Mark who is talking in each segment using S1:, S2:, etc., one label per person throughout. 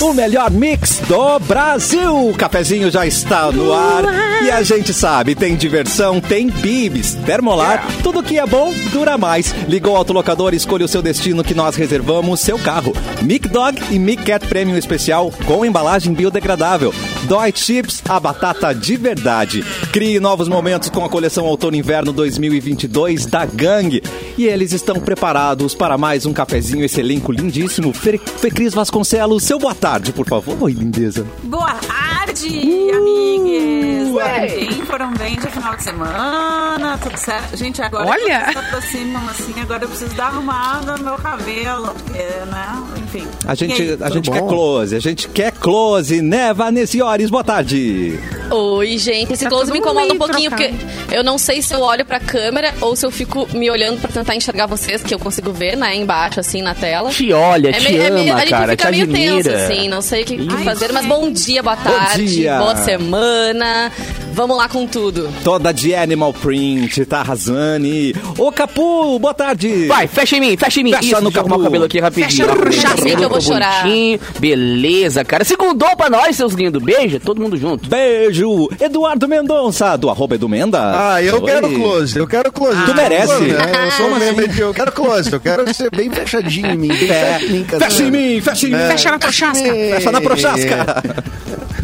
S1: o melhor mix do Brasil. O cafezinho já está no ar e a gente sabe, tem diversão, tem bibis, termolar, tudo que é bom dura mais. Ligou o autolocador e escolha o seu destino que nós reservamos seu carro. Mic Dog e Mic Cat Premium Especial com embalagem biodegradável. Dói Chips, a batata de verdade. Crie novos momentos com a coleção Outono Inverno 2022 da Gang. E eles estão preparados para mais um cafezinho, esse elenco lindíssimo. Fer- Fecris Vasconcelos, seu boa tarde, por favor. Oi, lindeza.
S2: Boa tarde,
S3: Uh,
S2: amigues! Tudo bem? Foram bem de final de semana, tudo certo? Gente, agora
S3: Olha!
S2: que vocês se aproximam, assim, agora eu preciso dar arrumada no meu cabelo, porque, né? Enfim.
S1: A
S2: E aí?
S4: Tá
S1: gente, a gente
S5: bom?
S1: quer close, a gente quer close, né, Vanessiores? Boa tarde.
S6: Oi, gente. Esse
S3: Tá
S6: close
S3: todo
S6: me incomoda um
S3: meio
S6: pouquinho,
S3: trocado.
S6: porque eu não sei se eu olho pra câmera ou se eu fico me olhando pra tentar enxergar vocês, que eu consigo ver, né, embaixo, assim, na tela. É
S5: Te olha, te
S6: meio-
S5: ama,
S6: meio- a gente
S5: cara,
S6: fica meio
S5: te
S6: tenso,
S5: admira.
S6: assim, não sei o que, o que
S2: Ai,
S6: fazer, mas
S2: gente.
S6: bom dia, boa tarde,
S1: dia.
S6: boa semana. Vamos lá com tudo.
S1: Toda de Animal Print, tá arrasando. E- Ô, Capu, boa tarde.
S5: Vai, fecha em mim, fecha em mim.
S1: Fecha
S5: Isso,
S1: no
S5: deixa eu arrumar
S1: capu.
S5: o cabelo aqui rapidinho.
S3: Fecha no
S5: Arrumei o
S3: ruchaço.
S5: cabelo,
S6: Eu vou
S5: ficou
S6: chorar.
S5: bonitinho. Beleza, cara. Segundou pra nós, seus lindos. Beija, todo mundo junto.
S1: Beijo, Eduardo Mendonça, do arroba Edu Menda.
S4: Ah, eu
S1: Oi.
S4: quero close, eu quero close.
S1: Ah, Tu merece. assim?
S4: né? Eu sou um meme de eu quero close, eu quero ser bem fechadinho em mim. Bem
S1: É.
S4: fechadinho, cara.
S1: Fecha em mim, fecha em mim.
S3: Fecha na prochasca.
S1: Fecha na prochasca.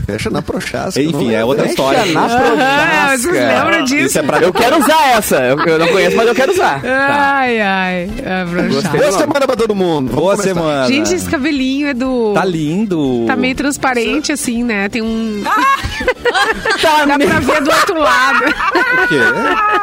S4: Fecha na prochasca.
S1: Enfim, é outra
S4: Fecha
S1: história.
S5: na
S3: Ah, vocês lembram disso?
S1: Isso é pra...
S5: Eu quero usar essa. Eu, eu não conheço, mas eu quero usar.
S3: Ai, ai. É broxado.
S4: Boa semana pra todo mundo.
S1: Boa
S4: Vamos começar.
S1: semana.
S3: Gente, esse cabelinho é do...
S1: Tá lindo.
S3: Tá meio transparente, assim, né? Tem um...
S5: Tá,
S3: Dá
S5: me-
S3: pra ver do outro lado.
S1: O quê?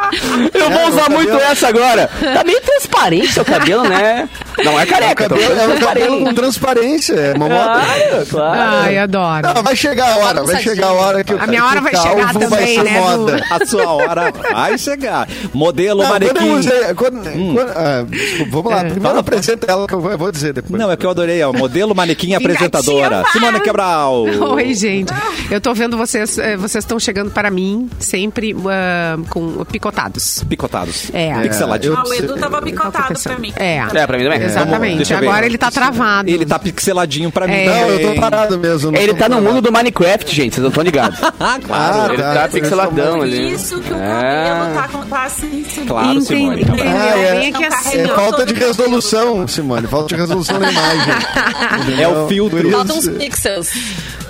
S5: Eu vou
S4: É,
S5: usar
S4: meu
S5: muito
S4: cabelo-
S5: essa agora. Tá meio transparente seu cabelo, né? Não é
S4: É um
S5: careca,
S4: cabelo, é um cabelo com
S5: transparente.
S4: transparência, é uma moda.
S1: Ah.
S5: Claro, claro.
S3: Ai, adoro.
S4: Ah, vai chegar a hora, vai chegar a hora que o
S3: A minha hora
S4: que o
S3: vai chegar
S4: calvo vai
S3: também,
S4: ser
S3: né,
S4: moda.
S3: Du?
S1: A sua hora vai chegar. Modelo
S4: Não, quando eu
S1: manequim.
S4: usei, quando-
S1: Hum.
S4: quando- ah, desculpa, vamos lá. Primeiro apresenta ela que eu vou, eu vou dizer depois.
S1: É. Não, é que eu adorei. É o modelo manequim apresentadora. Simone Cabral.
S3: Oi, gente. Eu tô vendo vocês, eh, vocês estão chegando para mim sempre ah, com picotados.
S1: Picotados.
S3: É.
S1: Pixeladinho.
S4: eu-
S2: Ah, o Edu
S1: Tá
S2: tava picotado
S3: Aconteceu.
S2: pra mim. Tá
S3: É.
S5: É, pra mim também.
S3: Exatamente.
S1: deixa eu ver.
S3: Agora ele tá travado.
S1: Ele tá pixeladinho pra mim.
S3: É.
S4: Não, eu tô
S1: também.
S4: parado mesmo. não
S5: Ele
S4: tô
S5: tá no
S4: parado.
S5: mundo do Minecraft, gente. Vocês não estão ligados.
S1: Ah, claro.
S4: Ah,
S5: Ele
S4: tá,
S5: tá
S4: eu sou
S5: pixeladão
S4: muito-
S5: ali.
S2: Isso que o
S5: É.
S2: cabelo tá com tá assim, assim.
S1: Claro, Simone.
S3: Entendeu?
S4: Ah, é.
S3: Bem aqui
S2: Não
S3: assim.
S4: É
S2: Não,
S4: falta
S2: todo
S4: de
S2: mundo.
S4: resolução, Simone. Falta de resolução na imagem.
S1: É o filtro.
S4: Por
S6: Faltam uns
S4: isso-
S6: pixels.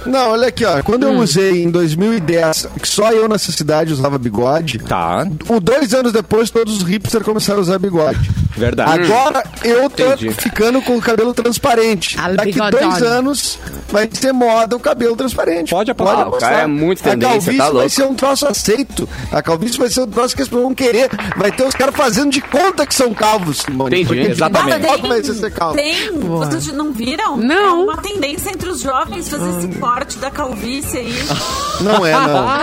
S4: Não, olha aqui, ó. Quando eu usei em 2010, que só eu nessa cidade usava bigode.
S1: Tá,
S4: O dois anos depois, todos os hipsters começaram a usar bigode.
S1: verdade.
S4: Agora eu tô
S5: Entendi.
S4: ficando com o cabelo transparente.
S3: Al
S4: Daqui
S3: bigodão.
S4: dois anos vai ser moda o cabelo transparente.
S1: Pode apostar.
S5: Ah, o cara é muito tendência,
S4: A calvície
S5: tá
S4: vai
S5: louco.
S4: ser um troço aceito. A calvície vai ser um troço que as pessoas vão querer. Vai ter os caras fazendo de conta que são calvos. Simone.
S5: Entendi,
S4: Porque de
S5: exatamente.
S4: moda
S2: Tem,
S4: vai ser ser calvo.
S2: tem. Vocês não viram?
S3: Não.
S2: É uma tendência entre os jovens fazer esse corte da calvície aí.
S4: Não é, não.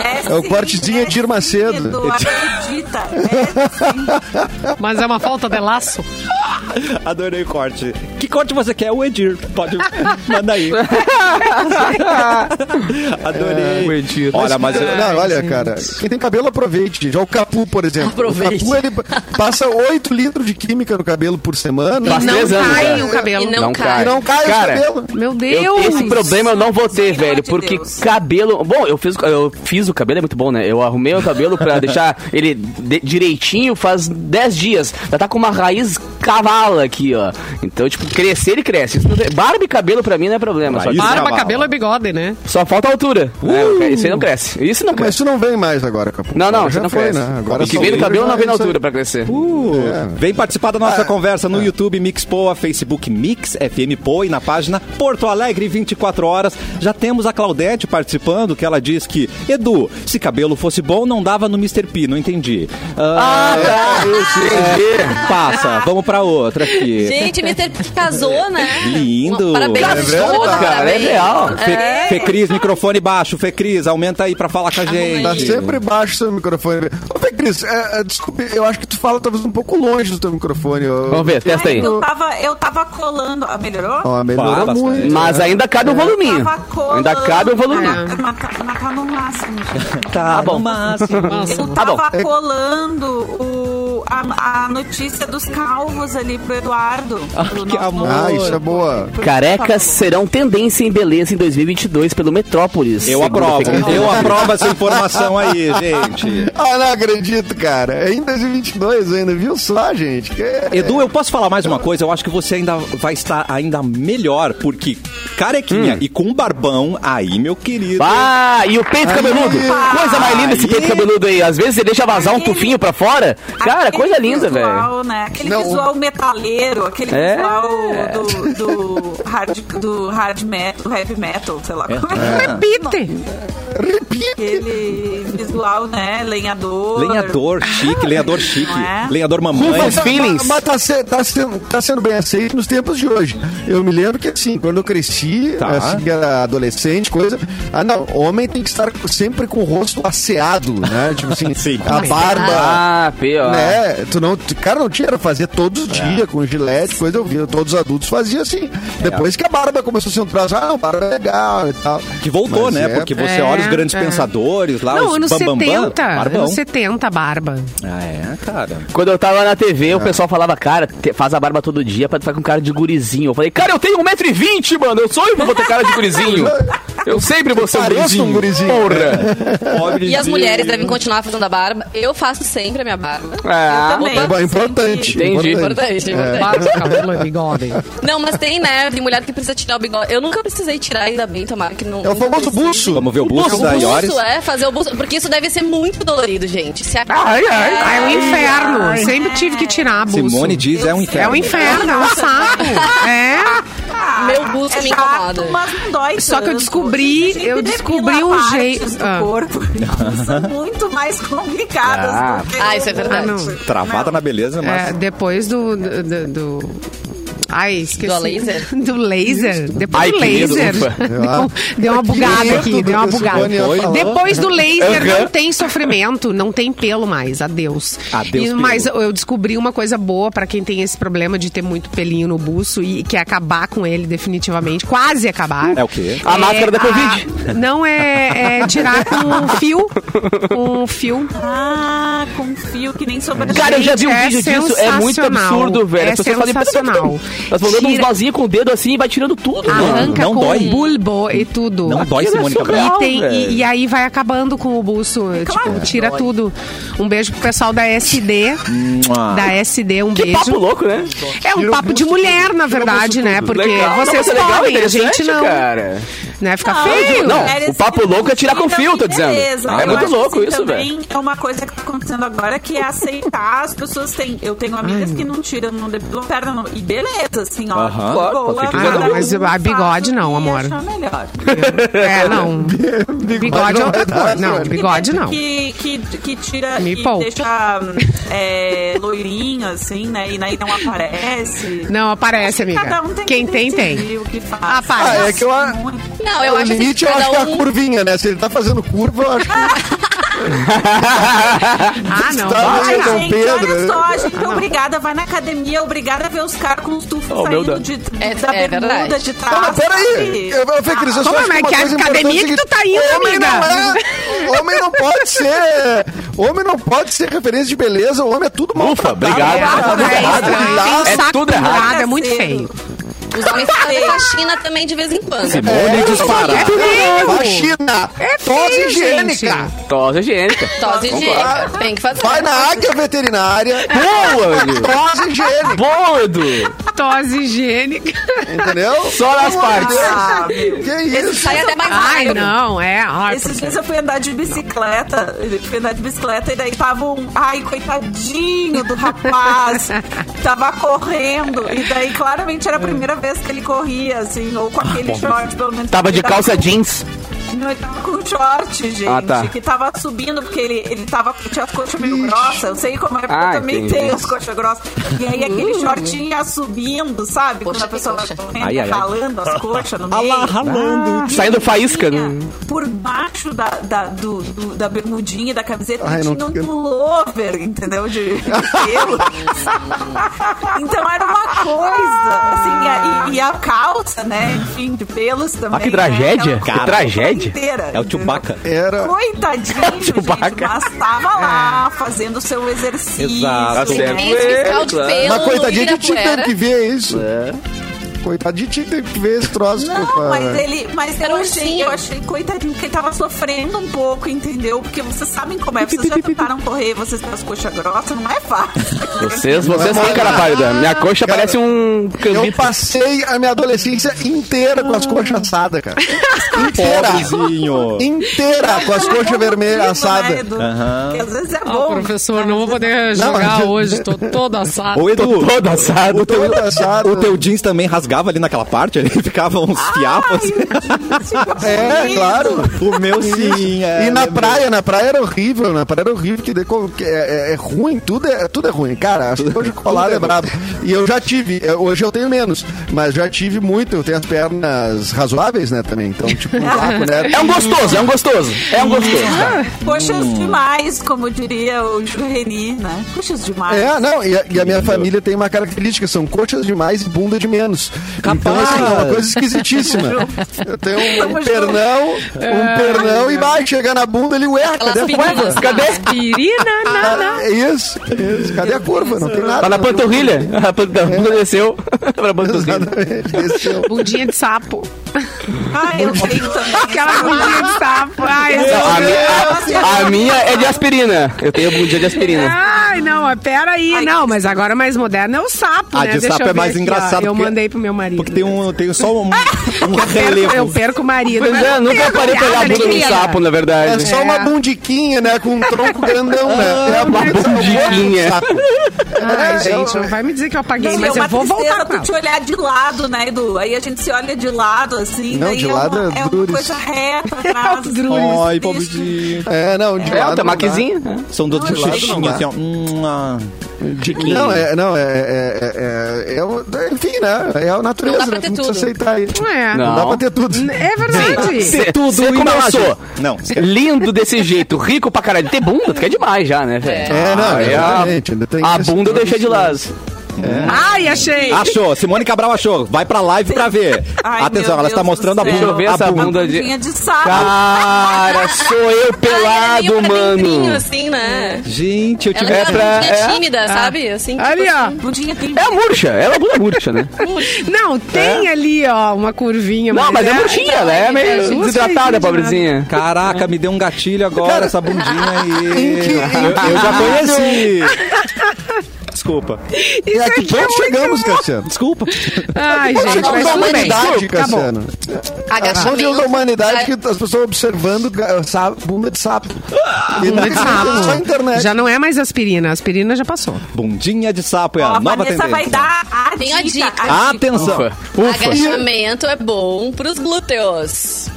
S2: É,
S4: É o
S2: sim,
S4: cortezinho Edir
S2: sim,
S4: Macedo.
S2: Edu, Acredita. É sim.
S3: Mas é uma falta de laço.
S1: Adorei o corte. Que corte você quer? O Edir. Pode mandar aí. Adorei.
S5: o Edir.
S1: Olha, mas eu-
S4: É, Não, olha, cara, quem tem cabelo, aproveite, gente. Olha o Capu, por exemplo.
S6: Aproveite.
S4: O Capu, ele passa 8 litros de química no cabelo por semana.
S5: Faz
S3: não
S5: três anos
S3: cai
S5: já.
S3: o cabelo.
S6: E não,
S5: Não
S6: cai.
S4: E não cai
S5: Cara,
S4: o cabelo.
S3: Meu Deus!
S5: Eu- esse problema eu não vou ter,
S2: Pelo amor
S5: velho,
S2: de
S5: porque
S2: Deus.
S5: cabelo. Bom, eu fiz, eu fiz o cabelo, é muito bom, né? Eu arrumei o cabelo pra deixar ele de- direitinho faz 10 dias. Já tá com uma raiz cavala aqui, ó. Então, tipo, crescer ele cresce. Isso não tem- Barba e cabelo pra mim não é problema. Só,
S1: Raiz
S5: que-
S3: Barba,
S1: Cavalo.
S3: cabelo é bigode, né?
S5: só falta altura. É, isso aí não cresce. Isso não
S4: Uh! Mas
S5: cresce.
S4: isso não vem mais agora, Capu.
S5: Não, não,
S4: Agora
S5: isso
S4: já
S5: não
S4: foi,
S5: cresce.
S4: né? Agora
S5: o que
S4: só
S5: vem no
S4: vira
S5: cabelo não vem na
S4: isso aí.
S5: altura pra crescer.
S1: Uh, Vem participar da nossa
S4: Ah,
S1: conversa no YouTube Mix Poa, Facebook Mix FM Poa e na página Porto Alegre 24 horas. Já temos a Claudete participando, que ela diz que Edu, se cabelo fosse bom, não dava no Mr. P, não entendi. Ah, passa, vamos pra outra aqui.
S6: Gente, Mr. P casou, né?
S1: Lindo.
S6: Parabéns,
S1: É
S4: verdade,
S6: Jô,
S4: cara,
S5: é
S6: parabéns.
S5: real.
S1: Fe, Fecris, microfone baixo. Fecris, aumenta aí pra falar com a gente.
S4: Tá sempre baixo seu microfone. Ô, Fê Cris, é, é, desculpe, eu acho que tu fala talvez um pouco longe do teu microfone. Eu...
S5: Vamos ver, testa aí.
S2: Eu tava, eu tava colando. Ah, melhorou?
S4: Ó, melhorou
S1: Fala,
S4: muito.
S5: Mas ainda
S4: É.
S5: cabe um voluminho.
S2: Tava colando.
S5: Ainda cabe um voluminho.
S2: Ah, mas tá- mas tá no máximo. gente.
S1: Tá
S5: bom.
S1: no máximo.
S2: Eu
S5: Tá bom.
S2: tava colando o, a a, a notícia dos calvos ali pro Eduardo. pro
S1: que
S2: nosso-
S1: amor.
S4: Ah, isso é boa.
S2: pro-
S5: Carecas serão tendência em beleza em 2022 pelo Metrópolis.
S1: Eu
S4: é
S5: segundo
S1: aprovo.
S5: a Fecamp.
S1: Eu aprovo essa informação aí, gente.
S4: Ah, não acredito, cara. É em 2022 ainda, viu só, gente? Que é-
S1: Edu, eu posso falar mais uma coisa? Eu acho que você ainda vai estar ainda melhor, porque carequinha e com barbão, aí, meu querido.
S5: Ah, e o peito
S4: Aí.
S5: cabeludo. Coisa mais linda esse
S1: Aí.
S5: peito cabeludo aí. Às vezes ele deixa vazar um
S2: Aquele-
S5: tufinho pra fora. Cara,
S2: aquele
S5: coisa linda, velho.
S2: visual, Né? Aquele
S4: Não,
S2: visual metaleiro, aquele
S5: É.
S2: visual do, do hard, do hard metal, do heavy metal, sei lá. como é.
S3: Repite!
S4: Repita.
S2: Aquele visual, né? Lenhador.
S1: Lenhador chique, lenhador chique.
S2: Não é?
S1: Lenhador mamãe.
S5: Rufa- Os feelings.
S4: Mas tá, se- tá sendo, tá sendo bem aceito nos tempos de hoje. Eu me lembro que, assim, quando eu cresci,
S1: Tá.
S4: assim, que era adolescente, coisa. Ah, não, homem tem que estar sempre com o rosto asseado, né? Tipo assim,
S1: Sim.
S4: a
S5: é
S4: barba.
S5: Ah, pior.
S4: Né? Tu não, tu- cara, não tinha, era fazer
S1: É.
S4: todos os dias com gilete, coisa eu via, todos os adultos faziam assim.
S1: É.
S4: Depois que a barba começou a ser um traço, ah, não, barba é legal e tal.
S1: Que voltou,
S4: Mas
S1: né?
S4: é-
S1: Porque você
S3: É,
S1: olha os grandes
S3: é.
S1: pensadores lá,
S3: Não,
S1: Tá os
S3: anos
S1: bambambam.
S3: 70.
S1: barbão.
S3: Anos 70, a barba.
S1: Ah, é, cara.
S5: Quando eu tava na TV,
S4: É.
S5: o pessoal falava, cara, te- faz a barba todo dia pra tu ficar com cara de gurizinho. Eu falei, cara, eu tenho 1,20m, mano. Eu sonho pra botar cara de gurizinho. Eu sempre vou ser um
S4: Pareço
S5: gurizinho.
S4: um gurizinho.
S5: Porra.
S1: Pobre
S6: E as
S1: de-
S6: mulheres devem continuar fazendo a barba. Eu faço sempre a minha barba.
S5: Ah,
S2: também. assim,
S6: Opa,
S4: É importante.
S5: Entendi. é.
S6: Importante, importante.
S3: Barba, cabelo e bigode.
S6: Não, mas tem, né? Tem mulher que precisa tirar o bigode. Eu nunca precisei tirar, ainda bem, tomara que não.
S4: É o famoso buço.
S1: Vamos ver o busto
S6: O
S1: da Ioris.
S6: buço, é, fazer o buço. Porque isso deve ser muito dolorido, gente. Se a...
S5: Ai, ai,
S3: Ah, é um inferno. Sempre tive que tirar a bolsa.
S1: Simone diz é um inferno.
S3: É um inferno, é um saco. É.
S2: Ah,
S6: Meu busto
S2: é
S6: me né?
S2: chato,
S6: incomoda.
S2: Mas não dói
S3: Só que eu
S2: tanto.
S3: descobri-
S2: Tem gente
S3: eu
S2: que
S3: descobri
S2: depila
S3: um
S2: partes
S3: jeito-
S2: do
S3: Ah.
S2: corpo que são muito mais complicadas.
S5: Ah.
S2: do que
S6: Ah, isso é verdade.
S2: o-
S3: Ah, não.
S1: Travada na beleza, mas.
S3: É, depois do. do, do- do- Ai, esqueci.
S6: Do laser?
S3: Do laser. Depois
S5: Ai,
S3: do
S5: querido,
S3: laser.
S5: ufa.
S3: Deu, deu uma bugada aqui, deu uma bugada.
S1: Foi?
S3: Depois do laser
S5: Aham.
S3: não tem sofrimento, não tem pelo mais, adeus.
S1: Adeus,
S3: E-
S1: pelo.
S3: mas eu descobri uma coisa boa pra quem tem esse problema de ter muito pelinho no buço e quer acabar com ele definitivamente, quase acabar.
S1: É o quê?
S5: A máscara da Covid.
S3: Não é, é tirar com um fio, com um fio.
S2: Ah, com fio que nem sobre
S5: Cara, eu já vi um
S3: Gente, é
S5: vídeo disso. É muito
S3: sensacional.
S5: absurdo, velho.
S3: É
S5: As pessoas fazem.
S3: sensacional.
S5: Elas vão dando uns
S3: Tira-
S5: nozinhos com o dedo assim e vai tirando tudo, mano.
S3: Arranca
S1: não
S3: com
S1: dói.
S3: o bulbo e tudo.
S1: Não dói,
S5: Aquilo é
S1: Simone Cabral.
S5: surreal,
S3: E, tem- e-
S5: velho.
S3: e aí vai acabando com o buço. tipo, tira tudo. Um beijo pro pessoal da SD.
S1: Mua.
S3: Da SD, um
S5: Que
S3: beijo.
S5: papo louco, né?
S3: É um papo de mulher, na verdade, né? Porque
S5: Legal. Não,
S3: vocês
S5: mas é legal,
S3: podem, a
S5: interessante,
S3: gente não.
S5: Cara.
S3: Né? Fica
S2: Não,
S3: feio.
S5: Não,
S2: Mulheres
S5: o papo louco é tirar com fio, tô dizendo.
S2: Beleza.
S5: É
S2: Eu
S5: muito
S2: acho
S5: louco
S2: que
S5: isso,
S2: também
S5: velho.
S2: É uma coisa que tá acontecendo agora que é aceitar. As pessoas têm. Eu tenho amigas que não tiram, não depilam perna. não- E beleza, assim, ó.
S1: Aham.
S5: Claro, tá feito cada
S2: cada
S5: um.
S3: Mas
S2: um
S3: a
S2: faz
S3: bigode
S2: o
S3: não,
S2: que
S3: amor.
S2: achar melhor.
S3: É, não. Bigode é outra
S4: não é
S3: coisa.
S4: fácil,
S3: Não,
S4: né?
S3: bigode não.
S2: Que, que, que tira
S3: Me
S2: e
S3: poupa.
S2: deixa é, loirinho, assim, né? E aí não aparece.
S3: Não, aparece, amiga.
S2: Cada um tem
S3: Quem
S2: que
S3: tem, tem.
S2: decidir O que faz.
S3: Aparece.
S4: Ah, é que eu-
S2: Muito.
S6: Não, eu
S4: o
S6: acho assim,
S4: limite
S6: que
S4: eu acho que é
S6: cada
S4: a
S6: um.
S4: curvinha, né? Se ele tá fazendo curva, eu acho que
S3: Ah, não.
S4: Tá,
S3: bigode
S2: Ai,
S4: São
S3: não.
S2: gente,
S4: Pedro,
S2: olha
S4: né?
S2: só, a gente é obrigada, vai na academia, é obrigada a ver os caras com os tufos
S5: Oh, meu
S2: saindo
S5: Deus.
S2: de,
S6: É-
S2: da
S6: é
S2: bermuda,
S6: verdade.
S2: de trás.
S4: Não, mas peraí.
S2: sabe?
S4: Eu, eu, Fê Cris, eu só
S3: Como
S4: acho
S3: é
S4: que uma
S3: que é
S4: coisa
S3: academia
S4: importante é
S3: que
S4: o
S3: tu tá
S4: seguinte,
S3: indo,
S4: homem
S3: amiga?
S4: Não é, homem não pode ser... Homem não pode ser referência de beleza. O homem é tudo mal.
S5: Ufa, obrigado.
S3: É,
S1: tá
S3: é,
S5: É
S3: tem saco
S5: tudo
S2: Ah,
S5: errado.
S3: pendurado, é muito feio.
S6: Os homens fazem faxina também de vez em quando.
S1: Simone
S3: É
S1: disparada.
S3: feio.
S4: Vagina.
S3: É
S4: Tosse
S3: feio,
S4: higiênica.
S5: Tosa higiênica.
S6: Dose
S5: Concordo.
S6: higiênica. Tem que fazer.
S4: Vai na águia veterinária.
S5: Boa, Edu.
S4: Tosse higiênica.
S5: Boa, Edu.
S3: Tose higiênica.
S4: Entendeu?
S5: Só nas
S4: Pelo amor de
S5: partes.
S2: Ah,
S4: Deus. Que isso?
S6: Sai até mais
S3: Ai,
S6: magro.
S3: não, é. Ai,
S2: Esses dias eu fui andar de bicicleta, eu fui andar de bicicleta e daí tava um, ai, coitadinho do rapaz, tava correndo, e daí claramente era a primeira vez que ele corria, assim, ou com aquele short, pelo menos.
S5: Tava de
S2: Ele
S5: calça
S2: com-
S5: jeans.
S2: Não, ele tava com short, gente,
S5: Ah, tá.
S2: que tava subindo, porque ele, ele tava, tinha as coxas meio grossas, eu sei como é, porque
S5: Ah,
S2: eu também
S5: entendi.
S2: tenho as coxas grossas. E aí aquele shortinho ia subindo, sabe? Quando
S6: Uhum. Poxa,
S2: a pessoa vai
S6: que coxa.
S2: correndo,
S1: Ai, ai, ai.
S2: ralando as coxas no
S1: Ah
S2: meio.
S1: lá, ralando.
S5: Saindo faísca.
S2: Tinha
S5: né?
S2: Por baixo da, da, do- do- da bermudinha e da camiseta
S4: Ai,
S2: tinha
S4: não-
S2: um pullover, entendeu? De de pelo. então era uma coisa. Assim, e a- e, e a calça, né? Enfim, de pelos também.
S5: Ah, que
S2: né?
S5: tragédia.
S2: Aquela
S5: Que
S1: Cara.
S5: tragédia.
S2: Inteira,
S1: É o
S2: entendeu?
S1: Chewbacca.
S4: Era.
S2: Coitadinho,
S5: É o Chewbacca.
S2: gente, mas tava lá fazendo o seu exercício.
S1: Exato. Tá
S6: Tem
S5: certo.
S6: que ter fiscal de
S5: Claro.
S6: pelo
S4: Mas coitadinho
S6: no
S4: de ti teve
S6: Ibirapuera.
S4: que ver isso. Coitadinho de ti teve que ver esse troço.
S2: Não,
S4: cara.
S2: mas ele. Mas
S6: Era
S2: eu
S6: um
S2: achei,
S6: ursinho.
S2: eu achei, coitadinho, que ele tava sofrendo um pouco, entendeu? Porque vocês sabem como é. Vocês já tentaram correr, vocês têm as coxas grossas, não é fácil.
S5: Vocês, vocês têm cara pálida. Minha coxa
S4: Cara,
S5: parece um
S4: Eu
S5: cambito.
S4: passei a minha adolescência inteira com as coxas assadas, cara. Inteira.
S1: Ah. Pobrezinho.
S4: Inteira com as coxas vermelhas assadas.
S1: é Aham.
S2: Porque né, às vezes é
S3: Ah,
S2: bom.
S3: professor, não vou poder
S4: Não,
S3: jogar
S4: mas-
S3: hoje, tô toda assada.
S1: Ô, Edu,
S5: Todo assado.
S1: o teu,
S4: Todo assado.
S1: o teu jeans também rasgava ali naquela parte, ali ficava uns fiapos.
S4: É, claro.
S1: O meu sim. é,
S4: e na
S1: lembro.
S4: praia, na praia era horrível, na praia era horrível, que, deco- que é, é- é ruim, tudo é, tudo é ruim, cara. As coxas coladas é brabo. E eu já tive, eu- hoje eu tenho menos, mas já tive muito, eu tenho as pernas razoáveis, né, também. Então, tipo, um vácuo, né?
S5: É um gostoso, é um gostoso. É um gostoso. cara.
S2: Coxas demais, como diria o Júlio Reni, né? Coxas demais.
S4: É, não, e a, e a minha família tem uma característica, são coxas demais e bunda de menos. Então,
S1: Capaz.
S4: assim, é uma coisa esquisitíssima. Eu tenho um,
S2: Tamo junto.
S4: pernão, um pernão e vai, chega na bunda, ele, ué, cadê a curva?
S6: pirinas.
S5: Cadê?
S3: Pirina, na, na.
S4: Ah, é Isso, é isso, cadê a curva? Não tem nada.
S5: Tá na panturrilha. A panturrilha desceu pra Tá panturrilha.
S4: Exatamente, esse é o-
S3: Bundinha de sapo.
S2: Ah, eu tenho também.
S3: Aquela bundinha de sapo. Ai,
S5: Não,
S3: essa-
S5: É, a, minha, a- a minha é de aspirina. Eu tenho bundinha de aspirina.
S3: Ai, não, mas peraí.
S2: Ai,
S3: não, mas agora mais moderna é o sapo,
S1: A
S3: né?
S1: de
S3: Deixa
S1: sapo
S3: eu
S1: é
S3: ver
S1: mais
S3: aqui, ó.
S1: engraçado,
S3: Eu
S1: porque-
S3: mandei pro meu marido.
S1: Porque tem, um, tem só um, um
S3: Perco- eu
S1: relevo.
S3: perco o marido. né?
S5: Pois
S3: mas
S5: é,
S3: não
S5: nunca
S3: perco
S5: parei pra olhar a
S3: nada,
S5: bunda
S3: né,
S5: de um
S3: querida?
S5: sapo, na
S4: É
S5: verdade.
S4: só uma bundiquinha, né? Com um tronco grandão, né? É a
S5: Uma
S4: bunda-
S5: bundiquinha.
S3: Ai, gente, não vai me dizer que eu apaguei,
S2: Não, é
S3: mas eu
S2: uma
S3: vou
S2: tristeza
S3: voltar pra
S2: tu te olhar de lado, né, Edu? Aí a gente se olha de lado, assim.
S4: Não,
S2: daí
S4: de lado
S2: é
S4: é
S2: uma, é uma
S4: dures.
S2: coisa reta atrás.
S3: É o
S2: assim,
S3: dures.
S1: Ai,
S2: triste.
S1: pobrezinho.
S4: É, não, de
S5: É,
S4: lado
S5: o
S4: não dá.
S5: tamaquezinho. né?
S1: São dois
S4: Não, de lado não
S1: bochechinhos
S4: dá.
S1: assim, ó. Hum, ah.
S4: Não, é, não, é, é, é, é, é o- enfim, né? É a natureza,
S6: Não dá pra ter
S4: né? Tem que
S6: tudo.
S4: aceitar aí. Não,
S3: É.
S5: Não.
S4: dá pra ter tudo.
S3: É verdade.
S5: Sim. Cê-
S1: tudo
S5: cê
S1: e
S5: como eu
S1: embalagem.
S5: sou.
S1: Não.
S5: Lindo desse jeito, rico pra caralho. Ter bunda, tu quer demais já, né, velho?
S4: É, não,
S5: Aí a,
S4: exatamente, ainda tem
S5: a
S4: esse-
S5: bunda eu deixei de lado.
S3: Ai, achei.
S1: Achou, Simone Cabral achou. Vai pra live pra ver.
S2: Ai,
S1: Atenção,
S2: meu
S1: ela está
S2: Deus
S1: mostrando a
S2: do céu.
S1: bunda.
S5: Deixa eu ver
S1: a
S5: essa
S1: bunda.
S5: bunda de...
S2: Bundinha de sapo.
S5: Cara, sou eu
S6: Ah,
S5: pelado,
S6: ela é meio pra dentrinho,
S5: mano.
S6: assim, né?
S1: Gente, eu
S6: Ela
S1: tive.
S6: é,
S5: É
S6: uma
S5: pra-
S6: bundinha
S5: é?
S6: tímida, sabe? Assim, tipo
S3: Ali, ó.
S6: assim.
S2: Bundinha tem...
S5: É a murcha, ela é a bunda murcha, né?
S3: Não, tem ali, ó, uma curvinha.
S5: Não, mas é murchinha,
S3: murchinha,
S5: ela é meio
S3: né?
S5: desidratada, pobrezinha.
S1: Caraca, me deu um gatilho agora essa bundinha aí.
S4: que-
S1: Eu, eu já conheci. Desculpa.
S3: Isso
S4: É que
S3: aqui é
S4: ponto chegamos, Cassiano?
S1: Desculpa.
S3: Ai, gente,
S6: Não,
S3: mas
S6: não,
S3: tudo bem. Tá bom.
S4: humanidade, Cassiano. São
S6: Agachamento.
S4: dias da humanidade
S6: Ai,
S4: que as pessoas observando ga- sa- bunda de sapo. E
S3: Bunda de sapo.
S4: Só a internet.
S3: Já não é mais aspirina, a aspirina já passou.
S1: Bundinha de sapo é
S2: Ó,
S1: a
S2: a
S1: nova
S2: Vanessa
S1: tendência.
S2: vai dar a
S6: Tem a
S2: dica.
S6: dica.
S2: a dica.
S1: Atenção.
S5: Ufa.
S6: Agachamento é bom pros glúteos.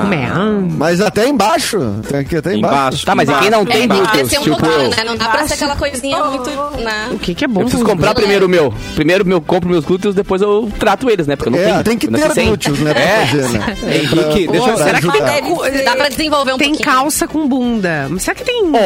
S3: Como é? Ah,
S4: Mas até embaixo. Tem aqui até embaixo.
S1: Embaixo.
S5: Tá, mas e quem não
S6: Tem
S5: tem
S6: que
S5: glúteos?
S6: descer um
S5: Tipo,
S6: pouquinho,
S5: eu,
S6: né? Não dá pra ser aquela coisinha muito... né?
S3: o que, que é bom?
S5: eu preciso
S3: pros
S5: comprar
S3: glúteos?
S5: primeiro o meu. Primeiro eu compro meus glúteos, depois eu trato eles, né? Porque eu não
S4: É,
S5: tenho.
S4: tem que
S5: eu nasci
S4: ter
S5: sem.
S4: glúteos, né? Pra
S5: É.
S4: fazer, né?
S1: Henrique,
S4: Pra-
S1: deixa eu-
S4: pra
S1: será
S4: ajudar.
S2: Mas deve
S6: Dá
S2: ser-
S6: pra desenvolver um
S3: Tem
S6: pouquinho.
S3: calça com bunda. Mas Será que tem cueca,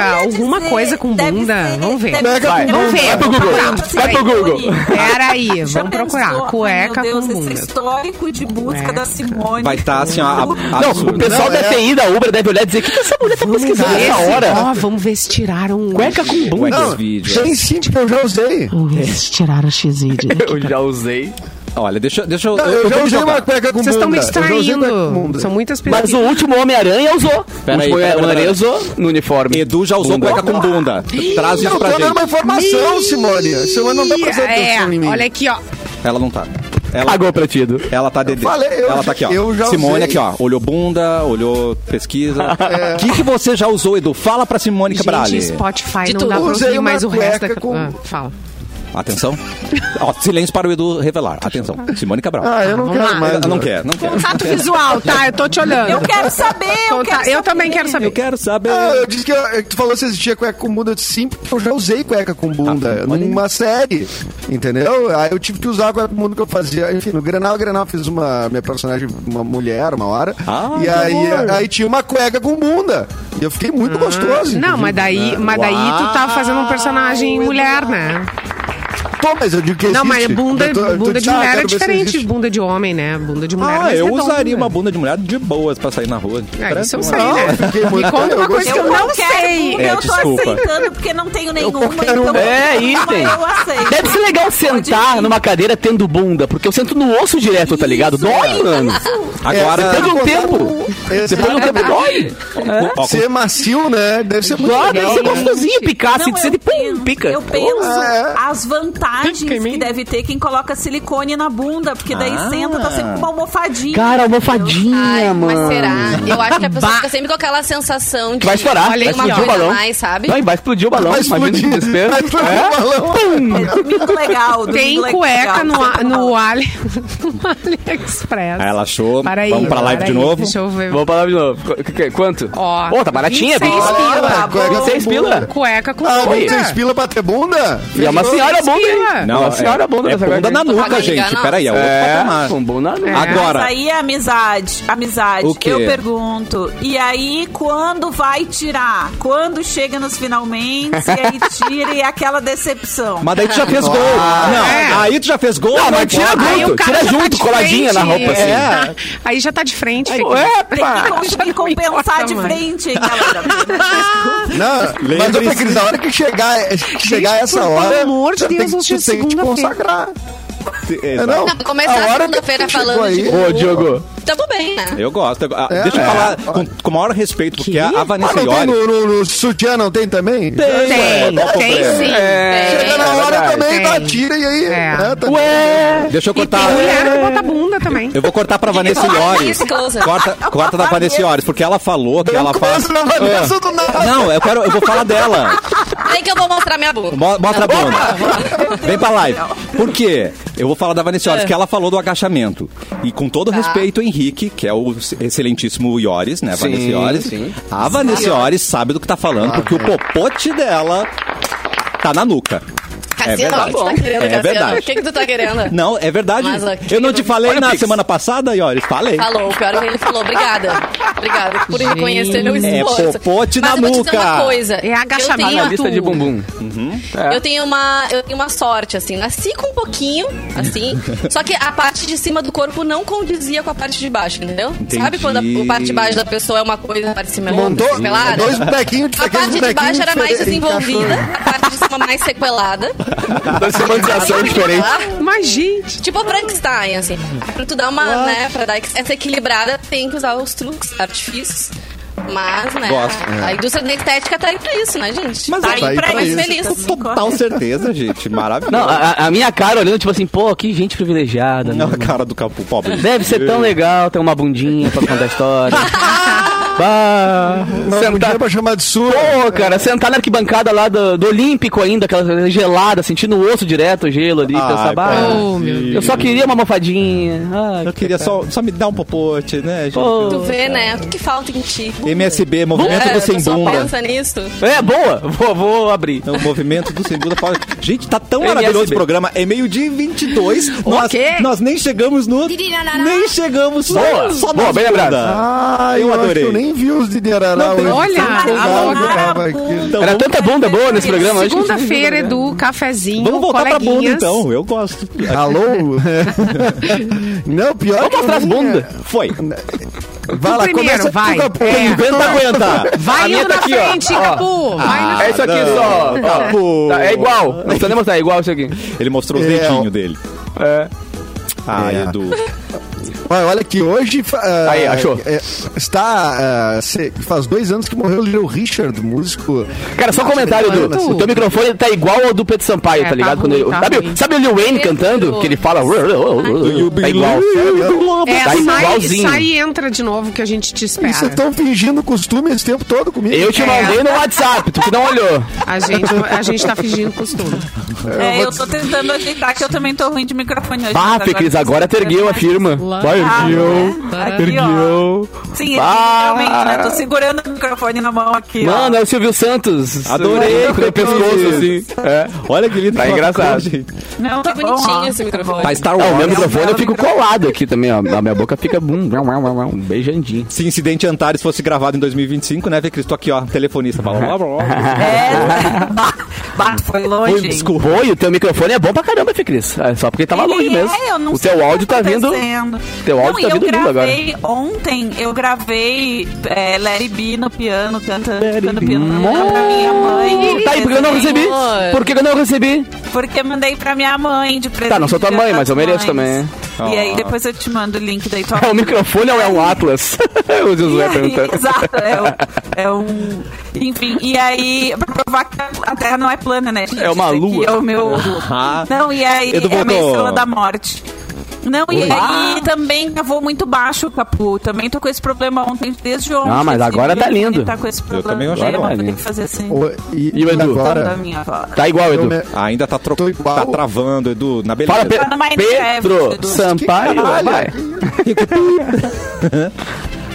S2: Deve
S3: alguma
S2: ser-
S3: coisa com
S2: deve
S3: bunda?
S2: ser-
S3: Vamos ver.
S2: deve
S4: Pega
S2: ser-
S4: com
S3: Vamos
S4: bunda.
S3: ver.
S5: Vai pro Google. Vai pro Google.
S3: Peraí,
S2: Já
S3: vamos
S2: pensou?
S3: procurar. Cueca
S2: Ai, meu Deus,
S3: com bunda.
S2: Esse histórico de busca
S3: Cueca.
S2: da Simone.
S1: Vai estar assim, ó. a- a-
S5: Não,
S1: absurdo.
S5: o pessoal
S4: Não,
S5: da
S4: é-
S5: TI da Ubra deve olhar e dizer: o que, que essa mulher tá pesquisando
S3: Esse-
S5: nessa hora?
S3: Ó, vamos ver se tiraram.
S5: Cueca com bunda.
S1: Cueca.
S4: Não,
S1: Os vídeos.
S4: tem sim, porque eu já usei.
S3: Vamos ver se tiraram a XID.
S5: Eu já usei.
S1: Olha, deixa, deixa eu.
S4: Não,
S1: eu
S4: eu já
S1: vou
S4: usei
S1: jogar.
S4: uma cueca com bunda.
S3: Vocês estão me
S4: Eu já usei cueca com
S3: distraindo.
S4: bunda.
S3: São muitas pessoas.
S5: Mas o último Homem-Aranha usou.
S1: Pera
S5: o
S1: aí,
S5: último
S1: pera, pera,
S5: Homem-Aranha
S1: pera.
S5: usou no uniforme.
S1: Edu já usou cueca com bunda. Traz isso
S4: Eu
S1: pra
S4: tô dando uma
S1: gente.
S4: informação, Simone. Simone não tá prestando
S3: É,
S4: atenção em mim.
S3: olha aqui, ó.
S1: Ela não tá. Ela,
S5: Pagou pra ti, Edu.
S1: ela tá dedê.
S4: falei, eu
S1: ela
S4: já-
S1: tá aqui, ó.
S4: eu já
S1: Simone
S4: usei. É.
S1: aqui, ó. Olhou bunda, olhou pesquisa. O que, que você já usou, Edu? Fala pra Simone Cabrali.
S3: Gente, Spotify
S6: De
S3: não
S6: tudo.
S3: dá pra
S4: Usei
S3: ouvir,
S4: uma
S3: mas o resto...
S4: cueca
S3: da-
S4: com-
S3: Ah, fala.
S1: Atenção. Ó, silêncio para o Edu revelar. Atenção. Simone Cabral.
S4: Ah, eu não
S3: Vamos
S4: quero
S3: lá.
S4: mais.
S1: Ela não quer, não quer.
S3: Contato visual, tá? Eu tô te olhando.
S2: Eu quero saber, eu
S3: Conta-
S2: quero saber.
S3: eu também quero saber.
S1: Eu quero saber.
S4: Ah, eu disse que eu- tu falou se existia cueca com bunda, eu disse sim, porque eu já usei
S3: Tá,
S4: cueca com bunda
S1: Ah, olha aí.
S4: numa série, entendeu? Aí eu tive que usar a cueca com bunda que eu fazia. Enfim, no Granal, Granal, fiz uma minha personagem, uma mulher, uma hora.
S1: Ah, que
S4: e aí,
S1: amor.
S4: aí tinha uma cueca com bunda. E eu fiquei muito gostoso.
S3: Hum. Não,
S4: inclusive,
S3: mas daí,
S4: né?
S3: mas daí tu tá fazendo um personagem
S1: Uau,
S3: mulher, né?
S4: Pô, mas eu digo que
S3: Não, mas
S4: existe.
S3: bunda,
S4: Eu tô- eu tô
S3: bunda de
S4: dizendo, ah,
S3: mulher é
S4: quero ver se
S3: diferente.
S4: existe.
S3: Bunda de homem, né? Bunda de mulher é
S1: Ah,
S3: mais
S1: eu
S3: redonda,
S1: usaria
S3: né?
S1: uma bunda de mulher de boas pra sair na rua.
S3: É, isso eu sei,
S1: Tranquilo.
S3: né?
S4: eu fiquei muito-
S3: Me conta uma
S4: eu
S3: coisa que eu
S4: gostei.
S3: não
S2: quero
S3: sei.
S2: uma,
S1: É,
S2: eu tô
S1: desculpa.
S2: aceitando porque não tenho nenhuma,
S4: quero
S2: então
S4: uma.
S5: É,
S2: uma
S5: item.
S2: eu aceito.
S5: Deve ser legal sentar
S2: vir.
S5: numa cadeira tendo bunda, porque eu sento no osso direto, tá ligado? Dói, mano.
S1: Agora,
S4: Essa-
S5: Depois de um tempo.
S4: Esse-
S5: Depois de um tempo dói.
S1: ó, com-
S4: é Ser macio, né? Deve ser muito
S5: Dói, deve
S4: legal.
S5: ser
S4: né?
S5: gostosinho picar, assim,
S2: Não,
S5: sente, pum,
S2: penso-
S5: pica.
S2: Eu penso
S4: É.
S2: as vantagens
S3: Ah, Pica em mim.
S2: que deve ter quem coloca silicone na bunda, porque daí
S1: Ah.
S2: senta, tá sempre com uma almofadinha.
S5: Cara, almofadinha,
S6: Ai,
S5: mano.
S6: mas será? Eu acho que a pessoa
S3: Bah.
S6: fica sempre com aquela sensação de...
S5: Que vai estourar,
S6: Olha,
S5: vai
S6: assim, uma
S5: explodir o
S6: coisa
S5: balão.
S6: a mais, sabe?
S5: Vai, vai explodir o balão,
S4: Vai
S5: imagina o
S4: explodir.
S5: desespero.
S4: Vai explodir
S5: É?
S4: o balão.
S2: Domingo legal. domingo
S3: Tem
S2: legal.
S3: cueca no, a-
S2: tá
S3: no, Ali, no AliExpress.
S1: Ah, ela achou.
S3: Para aí,
S1: Vamos pra live
S3: para
S1: de
S3: aí,
S1: novo.
S3: Deixa eu ver.
S5: Vou falar de novo. Qu- qu- qu- Quanto?
S3: Ó,
S5: Pô, tá baratinha,
S3: 26
S5: Bia.
S3: pila.
S4: Ah,
S2: Pila,
S4: cueca
S5: Vocês
S4: com bunda.
S5: pila?
S3: Cueca com
S4: Ah,
S5: Oi.
S4: não tem espila pra ter bunda?
S5: E é uma senhora bunda, hein?
S3: Pila.
S5: Não, uma
S1: é,
S5: senhora bunda
S1: é
S5: dessa
S1: bunda na nuca,
S5: verdade.
S4: Tá
S6: Propaganda
S1: gente.
S6: enganosa.
S1: Peraí, é outro
S5: É,
S1: patamar.
S5: com bunda na nuca.
S1: Agora,
S2: Mas aí é amizade, amizade.
S1: O quê?
S2: Eu pergunto. E aí, quando vai tirar? Quando chega nos finalmente, e aí tira e é aquela decepção.
S1: mas daí tu já fez gol.
S4: Ah.
S1: Não,
S3: É.
S1: aí tu já fez gol.
S5: Não, mas tira
S1: pode.
S3: Aí
S5: junto,
S3: o cara já
S5: tira
S3: tá
S5: junto,
S3: de
S5: coladinha na
S3: frente.
S5: roupa, assim.
S1: É.
S3: Aí já tá de frente. fica-
S2: Tem que
S5: Epa!
S2: conseguir
S3: não me
S2: compensar
S3: importa
S2: de
S3: mais.
S2: frente, hein, galera?
S4: Não, mas eu
S1: Lembre-se.
S4: Cris, a hora que chegar, que chegar
S3: Gente,
S4: essa
S3: pelo
S4: hora.
S3: amor de
S4: você
S3: Deus,
S4: tem,
S3: hoje é
S4: que- você tem que te
S3: segunda-feira.
S4: consagrar.
S1: Exato.
S4: Não,
S6: Não, começar
S4: a hora
S6: segunda-feira
S4: que chegou
S6: falando
S4: aí-
S6: de
S5: Ô, Diogo.
S6: Tá tudo bem, né?
S1: Eu gosto. Ah,
S4: É,
S1: Deixa eu
S4: é.
S1: falar com, com o maior respeito, porque a
S4: Ah,
S1: Vanessa
S4: não tem
S1: Iori...
S4: no, no, no sutiã não tem também?
S3: Tem,
S5: É,
S3: tem sim.
S6: É.
S4: Chega na hora
S5: verdade.
S4: também,
S3: Tem.
S4: dá tira e aí.
S3: É.
S4: né, tá-
S5: Ué!
S1: Deixa eu
S3: E tem
S1: cortar...
S3: mulher que
S5: É.
S3: bota bunda também.
S1: Eu vou cortar pra Vanessa
S6: Olha
S1: Iori.
S6: isso, Close.
S1: Corta, corta da Vanessa Iori, porque ela falou que
S4: Eu
S1: ela fala...
S4: começo na Vanessa do nada.
S1: Não, eu quero... Eu vou falar dela.
S6: Tem que eu vou mostrar minha bunda.
S1: Mo- Mostra a bunda. Vem pra live. Por quê? Eu vou falar da Vanessa
S6: É.
S1: Iores, que ela falou do agachamento. E com
S6: Tá.
S1: todo respeito, Henrique, que é o excelentíssimo Iores, né? Vanessa Iores.
S5: sim.
S1: A Vanessa Iores sabe do que tá falando, porque o popote dela tá na nuca. É
S6: Cassiano, o que
S1: verdade.
S6: tu tá querendo,
S1: É
S6: Cassiano?
S1: verdade.
S6: O que, que tu tá querendo?
S1: Não, é verdade.
S6: Mas, ó,
S1: eu não te
S6: querido,
S1: falei
S5: olha o
S1: na
S5: Pix.
S1: semana passada, Iores? Falei.
S6: Falou, o pior é que ele falou. Obrigada. Obrigada por reconhecer meu
S1: É
S6: esforço.
S1: popote
S6: Mas
S1: na
S6: eu vou te dizer
S1: nuca.
S6: uma coisa.
S3: É agachamento.
S6: Eu
S5: Na
S6: tenho,
S5: lista de bumbum. É.
S6: eu tenho uma, eu tenho uma sorte, assim. Nasci com um pouquinho, assim. só que a parte de cima do corpo não condizia com a parte de baixo, entendeu?
S1: Entendi.
S6: Sabe quando a, a parte de baixo da pessoa é uma coisa, a parte de cima é outra,
S4: Montou
S6: pelada?
S4: dois bonequinhos
S6: A
S4: aqueles
S6: parte de baixo era mais
S4: bonequinhos
S6: desenvolvida,
S4: diferentes,
S6: a parte de cima mais sequelada.
S5: Da semanização diferente.
S3: Mas, gente.
S6: Tipo Frankenstein, assim. Pra tu dar uma, né, pra dar essa equilibrada, tem que usar os truques, artifícios. Mas, né,
S1: Gosto.
S6: a, a indústria da estética tá aí pra isso, né, gente?
S1: Mas
S6: tá
S1: é-
S6: aí
S2: tá aí
S6: pra
S2: pra
S6: mais
S2: isso.
S6: feliz.
S2: Tá
S1: Com total certeza, gente. Maravilhoso.
S5: Não, a, a minha cara olhando, tipo assim, pô, que gente privilegiada.
S1: Não,
S5: né?
S1: a cara do capu, pobre.
S5: Deve ser tão legal ter uma bundinha pra contar história. Bah,
S4: Não, não
S5: sentar,
S4: podia pra chamar de sua.
S5: pô, cara, sentar na arquibancada lá do, do Olímpico ainda, aquela gelada, sentindo o osso direto, o gelo ali,
S1: Ai,
S5: pensar, bah,
S1: pô,
S3: Oh, meu
S1: sim.
S5: eu só queria uma mofadinha. Ah,
S1: Eu queria só, só me dar um popote, né, gente?
S5: Pô.
S6: Tu vê, né, o que falta em ti.
S1: MSB, Movimento
S6: É,
S1: do
S6: a
S1: Sem
S6: pessoa
S1: Bunda.
S6: pensa nisso.
S5: É, boa, vou, vou abrir.
S1: É O movimento do Sem Bunda fala. Gente, tá tão
S5: MSB.
S1: maravilhoso esse programa. É meio-dia e 22. Nós,
S3: quê?
S1: nós nem chegamos no. Nem chegamos só,
S5: Boa,
S1: só
S5: boa,
S1: nas
S5: bem lembrado.
S1: bunda.
S4: Ah,
S1: Eu
S4: eu, acho que
S1: adorei.
S4: eu nem vi os de Arará
S1: Não tem-
S4: hoje.
S3: Olha,
S4: Tão empolgado que eu tava aqui.
S1: Então,
S5: Era
S1: vamos,
S5: tanta bunda boa nesse programa. acho que-
S3: Segunda-feira, Edu, cafezinho,
S1: vamos voltar pra bunda,
S3: coleguinhas.
S1: então. Eu gosto.
S4: Alô? não, pior
S5: Vamos
S4: que eu
S5: mostrar as
S4: nem-
S5: bundas.
S1: Foi.
S4: Vai lá,
S3: primeiro,
S4: começa
S3: vai.
S4: tudo a pouco.
S3: É.
S1: Tenta aguentar.
S5: A
S3: Vai
S5: minha
S3: indo
S5: tá
S3: na
S5: aqui, ó.
S3: frente,
S5: Ó.
S3: Capu. Vai na
S5: É isso aqui
S1: Ah, não,
S5: só.
S1: Capu.
S5: Tá, é igual. Não precisa nem mostrar, é igual isso aqui.
S1: Ele mostrou os
S4: É,
S1: dedinhos
S4: ó.
S1: dele.
S5: É.
S1: Ah,
S4: É.
S1: Edu.
S4: Vai, olha que hoje. fa- ah,
S5: Aí, achou.
S4: é, está. ah, se- faz dois anos que morreu o Little Richard, músico.
S5: Cara, só um comentário, Edu.
S3: Quanto?
S5: O teu microfone tá igual ao do Pedro Sampaio,
S3: É,
S5: tá ligado?
S3: tá
S5: Quando
S3: ruim,
S5: ele-
S3: tá
S5: sabe,
S3: ruim.
S5: o- sabe o Lil Wayne cantando? Que ele fala. Tá igual.
S3: É,
S5: Tá
S3: sai,
S5: igualzinho.
S3: sai e entra de novo que a gente te espera.
S4: assim, Vocês estão fingindo costume esse tempo todo comigo.
S5: Eu te mandei no WhatsApp, tu que não olhou.
S3: A gente, a gente tá fingindo costume.
S2: É, eu tô tentando ajeitar que eu também tô ruim de microfone hoje.
S5: Bah,
S2: mas
S5: Fê
S2: Ah, agora
S5: Cris,
S2: eu tô
S5: agora tu ergueu a firma. Vai,
S2: Ah,
S5: ergueu.
S2: né? Aqui, ó.
S5: Ergueu.
S2: Sim,
S5: Bah.
S2: realmente, né? Tô segurando o microfone na mão aqui. ó.
S5: Mano, é o Silvio Santos.
S1: Adorei,
S5: Com o pescoço, assim. É.
S1: Olha que lindo.
S5: Tá
S1: que
S5: engraçado.
S1: ficou, gente.
S2: Não, tá
S6: Que bonitinho
S2: bom, ó.
S6: esse microfone.
S1: Tá Star
S5: Ah,
S1: Wars.
S5: o meu microfone eu
S2: belo
S5: fico
S2: microfone.
S5: colado aqui também, ó. A minha boca fica bum, bum, bum, bum, bum, beijandinho.
S1: Se Incidente Antares
S5: Tá.
S1: fosse gravado em 2025, né, Vê, Cristo? Aqui, ó, telefonista. Fala, blá, blá, blá.
S2: É. Bah,
S5: um
S2: foi longe. hein?
S1: desculpa.
S5: Pô, e o teu microfone é bom pra caramba, Fê Cris. É Só porque tava
S2: Ele
S5: longe mesmo.
S2: É, eu não
S5: o
S2: sei
S5: teu
S2: que
S5: áudio tá vindo.
S2: acontecendo.
S5: teu áudio
S2: não,
S5: tá
S2: e
S5: vindo lindo
S2: eu
S5: agora.
S2: gravei ontem, eu gravei é, Larry B no piano, cantando,
S5: Let It
S2: tocando
S5: Be.
S2: piano pra minha mãe.
S5: Tá aí, porque eu não recebi. Por que que eu não recebi?
S2: Porque eu mandei pra minha mãe de presente.
S5: Tá, não sou tua
S2: de
S5: mãe,
S2: Dia
S5: mas eu
S2: das
S5: mereço
S2: Mães. E
S1: Ah.
S2: aí depois eu te mando o link daí tu
S5: É um microfone ou é um Atlas? o
S2: E
S5: Josué
S2: aí-
S5: perguntando.
S2: Exato, é um, é um- Enfim, e aí, pra provar que a Terra não é plana, né? gente?
S5: É uma
S2: Isso aqui
S5: lua.
S2: É o meu. Não, e aí,
S1: Edu
S2: é a minha
S1: voltou.
S2: estrela da morte. Não, e aí também gravou muito baixo o Capu. Também tô com esse problema ontem, desde ontem.
S5: Ah, mas
S2: esse
S5: agora tá
S2: menino
S5: lindo.
S2: Tá com esse problema.
S1: também acho
S2: Eu
S1: que
S2: vou
S5: tá
S2: ter
S5: lindo.
S2: que fazer assim.
S4: O- e,
S5: E o Edu?
S2: da
S4: Agora,
S2: minha avó.
S5: Tá igual,
S4: eu
S5: Edu.
S4: me-
S1: Ainda tá, tro...
S4: Tô igual.
S1: tá travando, Edu, na beleza.
S5: Fala, Pe-
S2: Tá no Minecraft,
S5: Pedro
S2: Edu.
S5: Sampaio. Vai.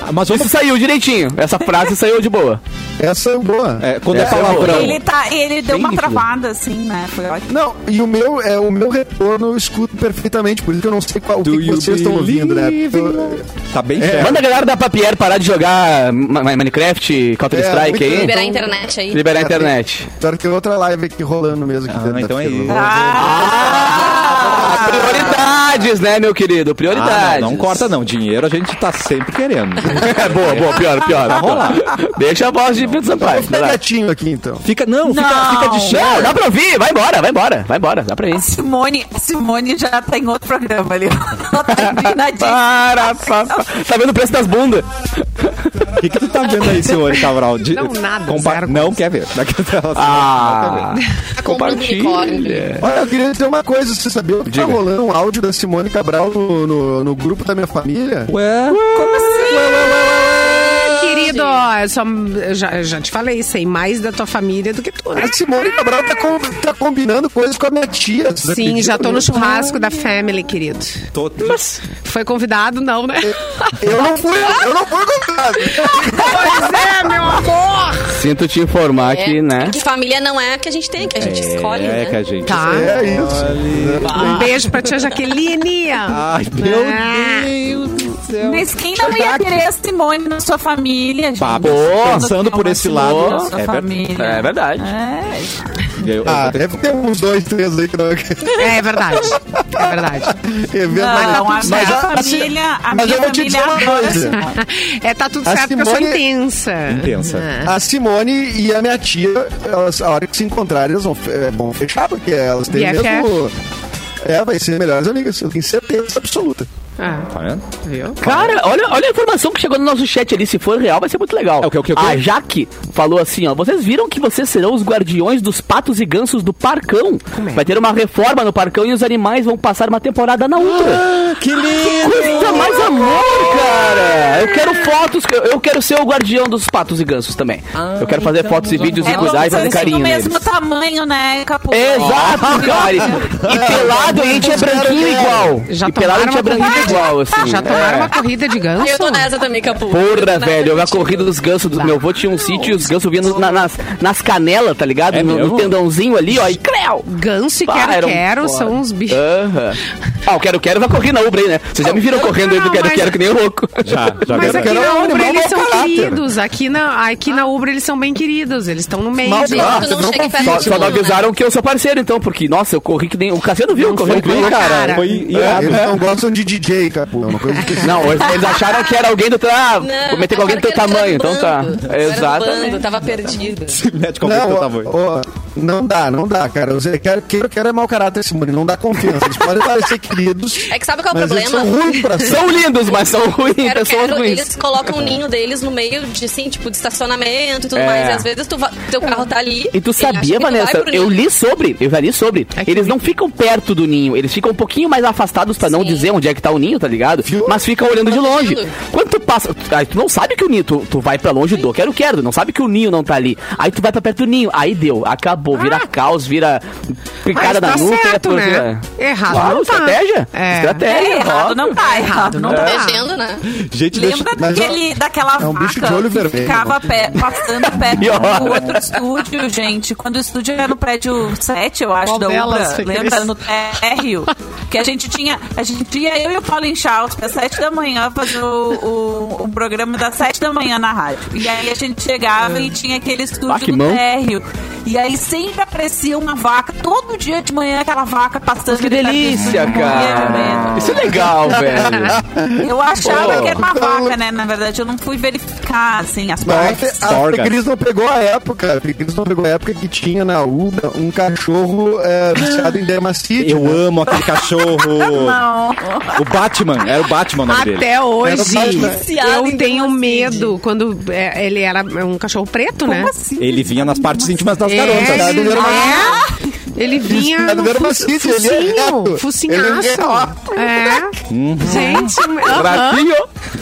S1: Ah, Mas
S5: Isso
S1: vamos...
S5: saiu direitinho. Essa frase saiu de boa.
S4: essa é boa.
S1: É, quando é,
S5: Essa é
S1: palavrão...
S2: Ele, tá, ele deu
S5: Bem
S2: uma
S5: nítida.
S2: travada, assim, né? Foi ótimo.
S4: Não, e o meu, é, o meu retorno eu escuto perfeitamente, por isso que eu não sei qual, o que,
S1: Do
S4: que
S1: you
S4: vocês estão ouvindo, né?
S1: believe
S4: Eu-
S1: Tá bem
S4: É.
S1: certo.
S5: Manda a galera da Papier parar de jogar Ma- Ma- Minecraft, Counter-Strike
S4: É, muito
S5: aí.
S6: Liberar a internet aí.
S5: Liberar a internet.
S4: Claro que tem outra live aqui rolando mesmo. Aqui
S1: Ah,
S4: dentro da
S1: então é
S4: fila.
S1: isso.
S5: Ah, prioridades, né, meu querido?
S1: Ah,
S5: Prioridades.
S1: não, não corta, não. Dinheiro a gente tá sempre querendo.
S5: É boa, boa, pior, pior.
S1: Vai rolar.
S5: Deixa a voz de Pedro Sampaio.
S4: Fica quietinho aqui então.
S1: Fica, não, Fica, fica de chão.
S5: Não, dá pra ouvir, vai embora, vai embora, vai embora, dá pra ir.
S2: Simone, Simone já tá em outro programa ali. Ela tá indignadíssima.
S5: Para, pa, pa. Tá vendo o preço das bundas?
S1: O que, que tu tá vendo aí, senhor Cabral? De-
S3: Não, nada, zero
S1: Não quer ver.
S5: Ah,
S6: A compra do unicórnio.
S1: É.
S4: Olha, eu queria dizer uma coisa, você sabia que
S5: Diga.
S4: tá rolando um áudio da Simone Cabral no, no, no grupo da minha família?
S1: Ué?
S3: Querido, ó, eu, só, eu já, eu já te falei, sei mais da tua família do que tu. né?
S4: A Simone Cabral tá, com- tá combinando coisas com a minha tia. vocês
S3: Sim, já tô no
S4: acreditam
S3: churrasco da family, querido.
S1: Tô...
S3: Foi convidado, não, né?
S4: nisso? Eu não fui, eu não fui É convidado.
S3: Pois é, meu amor!
S5: sinto te informar
S6: É,
S5: que, né?
S6: Que família não é a que a gente tem, que a gente escolhe,
S1: É
S6: né?
S1: que a gente...
S3: Tá.
S4: É isso.
S3: Um beijo pra tia Jaqueline.
S4: Ah.
S1: Ai, meu Deus do céu.
S2: Mas quem não ia querer a Simone na sua família, gente?
S1: Papo. Pensando por esse lado,
S2: Na sua
S1: é ver-
S2: família.
S5: É verdade.
S2: É.
S1: Eu- eu
S4: Ah,
S1: vou ter-
S4: deve ter uns dois, três aí que não é
S3: É verdade. É verdade.
S2: Não, então, a
S4: verdade.
S2: minha
S4: a- a-
S2: família, a
S4: mas
S2: minha
S4: eu vou
S2: família
S4: te dizer uma
S2: adora
S4: coisa.
S2: Simone.
S3: É, tá tudo
S4: A
S3: certo porque eu sou
S4: Simone-
S3: intensa. É.
S1: Intensa.
S4: A Simone e a minha tia, elas, a hora que se encontrarem, elas vão, fe- eh, vão fechar, porque elas têm
S3: BFF.
S4: mesmo. É, vai ser melhores amigas, eu tenho certeza absoluta.
S3: Ah,
S1: Tá vendo?
S3: viu?
S5: Cara, olha, olha a informação que chegou no nosso chat ali. Se for real, vai ser muito legal.
S1: É o quê, o quê, o quê?
S5: A Jaque falou assim, ó. Vocês viram que vocês serão os guardiões dos patos e gansos do Parcão.
S3: é?
S5: Vai ter uma reforma no Parcão e os animais vão passar uma temporada na Ultra.
S1: Ah, Que lindo!
S5: Coisa mais amor, cara! Eu quero fotos, eu- eu quero ser o guardião dos patos e gansos também.
S1: Ah,
S5: eu quero
S1: então
S5: fazer fotos e vídeos e
S2: É
S5: cuidar e fazer
S2: vocês
S5: carinho
S2: do mesmo
S5: neles.
S2: tamanho, né, Capu?
S5: Exato, cara! E pelado a gente é branquinho igual.
S3: Já
S5: e pelado a gente
S3: tomaram
S5: é
S3: uma
S5: branquinho
S3: corrida.
S5: igual, assim.
S3: Já tomaram
S5: É.
S3: uma corrida de ganso?
S6: Eu tô nessa também, Capu.
S5: Porra,
S6: Eu tô
S5: velho, a
S6: nessa
S5: corrida dos gansos do meu avô tinha um sítio e os gansos vinham nos- na- nas, nas canelas, tá ligado?
S1: É
S5: no, no
S1: mesmo?
S5: tendãozinho ali, ó, e creu!
S3: Ganso e
S5: Bah,
S3: quero
S5: era um
S3: quero
S5: foda.
S3: são uns bichos.
S5: Aham. Ah, o Quero Quero vai correr na Ubra aí, né? Vocês já me viram correndo aí do
S3: não,
S5: Quero
S3: mas-
S5: Quero que nem um louco.
S1: Já, já
S3: Mas é
S1: quero-
S3: aqui na
S4: era um
S3: Ubra
S4: animal
S3: eles
S4: mau
S3: são
S4: caráter.
S3: queridos. Aqui na, aqui na Ubra eles são bem queridos. Eles estão no meio.
S4: Mau
S6: gente,
S4: caráter,
S6: tu não
S4: não
S6: chega
S4: confia,
S6: perto
S5: Só,
S6: de
S5: só não
S6: mim, né?
S5: avisaram que eu sou parceiro, então, porque, nossa, eu corri que nem. O Cassiano viu eu correndo que nem um
S1: Foi,
S5: louco.
S1: cara.
S3: cara.
S1: Foi
S4: É,
S1: irado.
S4: eles não gostam de DJ, cara. É uma coisa que...
S5: Não, eles eles acharam que era alguém do teu. Ah,
S6: né? Não,
S5: vou meter com alguém do teu
S6: agora que eu
S5: tamanho,
S6: era
S5: então
S6: do
S5: tá.
S6: bando, eu era do bando,
S5: Exatamente.
S6: Tava perdida.
S1: Se mete tá com alguém
S4: Não,
S1: que eu
S4: ó,
S1: tava aí.
S4: ó, não dá, não dá, cara. Eu quero, quero, quero é mau caráter, Simone. Não dá confiança. Eles podem parecer queridos.
S6: É que sabe qual é o
S4: mas eles
S6: problema?
S4: são ruins pra ser.
S5: São lindos, mas são ruins,
S6: Quero,
S5: pessoas
S6: quero,
S5: ruins.
S6: eles colocam o ninho deles no meio de, assim, tipo, de estacionamento e tudo
S5: É.
S6: mais. E às vezes tu va- teu carro tá ali.
S5: E
S6: ele
S5: tu
S6: acha que
S5: sabia,
S6: tu vai
S5: Vanessa?
S6: pro ninho.
S5: Eu li sobre, eu já li sobre.
S3: Ai, que
S5: Eles não ficam perto do ninho, eles ficam um pouquinho mais afastados pra não
S6: Sim.
S5: dizer onde é que tá o ninho, tá ligado? Mas ficam olhando de longe.
S6: Protegendo.
S5: Quando tu passa, tu- aí tu não sabe que o ninho, tu, tu vai pra longe do quero, quero, não sabe que o ninho não tá ali. Aí tu vai pra perto do ninho, aí deu, acabou, vira caos, vira picada na
S3: tá
S5: nuca.
S3: certo,
S5: depois,
S3: né?
S5: é.
S3: Errado
S5: Claro,
S3: não tá.
S5: estratégia.
S3: É.
S5: Estratégia.
S2: É, errado
S5: óbvio.
S2: não tá, errado não tá.
S6: Legenda, né?
S1: Gente, deixa...
S2: Lembra
S4: mas, ó,
S2: daquele, daquela
S4: é um bicho de
S2: vaca
S4: olho
S2: que
S4: vermelho.
S2: ficava pé- passando perto
S5: Pior.
S2: do outro estúdio, gente? Quando o estúdio era no prédio 7, eu acho,
S3: Qual
S2: da
S3: delas
S2: Ubra.
S3: foi
S2: Lembra?
S3: aquele-
S2: No térreo. Que a gente tinha... A gente ia, eu e o Paulo Inchaus, às 7 da manhã, fazer o, o- o programa das 7 da manhã na rádio. E aí a gente chegava e tinha aquele
S5: Ah, que
S2: estúdio
S5: mão.
S2: no térreo. E aí sempre aparecia uma vaca, todo dia de manhã aquela vaca passando.
S5: Que
S2: ali perto do
S5: delícia,
S2: estúdio, morria de medo.
S5: cara. Isso é legal, velho.
S2: Eu achava
S5: Pô.
S2: que era uma vaca, né? Na verdade, eu não fui verificar, assim, as
S1: Tá,
S4: Mas é
S2: partes.
S4: a
S1: Sorga.
S4: Fecris não pegou a época. A Fecris não pegou a época que tinha na UBA um cachorro é, viciado em dermacite.
S1: Eu
S4: né?
S1: amo aquele cachorro.
S2: Não.
S1: O Batman. Era o Batman o nome dele.
S3: Até hoje,
S4: Era né?
S6: viciado
S3: eu
S6: em
S3: tenho
S6: Dumas
S3: medo quando é, ele era um cachorro preto, né?
S1: Ele vinha nas partes íntimas
S3: É.
S1: das garotas.
S4: Viciado em
S3: ele,
S4: dermacite.
S3: é, ele vinha
S4: Viciado em
S3: no
S4: dermacite,
S3: fu-
S4: ele é
S3: focinho,
S4: reto. Ele é
S3: focinhaço.
S4: reto.
S3: É. Gente, um- aham.
S1: Braquinho.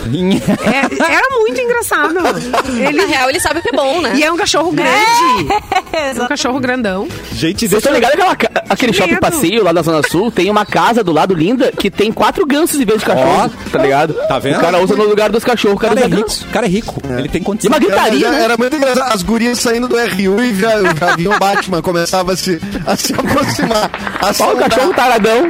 S3: É, era muito engraçado.
S6: Na
S3: Ele,
S6: real, ele sabe o que é bom, né?
S3: e é um cachorro grande. É um cachorro grandão.
S1: Gente,
S5: Vocês
S1: deixa
S5: estão
S1: eu...
S5: ligados que aquela ca- aquele
S3: Que
S5: shopping
S3: medo.
S5: passeio lá da Zona Sul tem uma casa do lado linda que tem quatro gansos em vez de cachorro, tá ligado?
S1: Tá vendo?
S5: O cara usa no lugar dos cachorros, o
S1: O
S5: cara,
S1: cara é
S5: usa
S1: rico.
S5: ganso.
S1: O cara é rico. Ele tem
S5: E
S1: condição.
S5: uma
S4: Era,
S5: gritaria,
S4: já-
S5: né?
S4: era muito engraçado. As gurias saindo do RU e já, eu já vi o Batman começava a se, a se aproximar. A
S1: é
S5: Só o
S4: sondar.
S5: cachorro
S1: tá.
S5: taradão.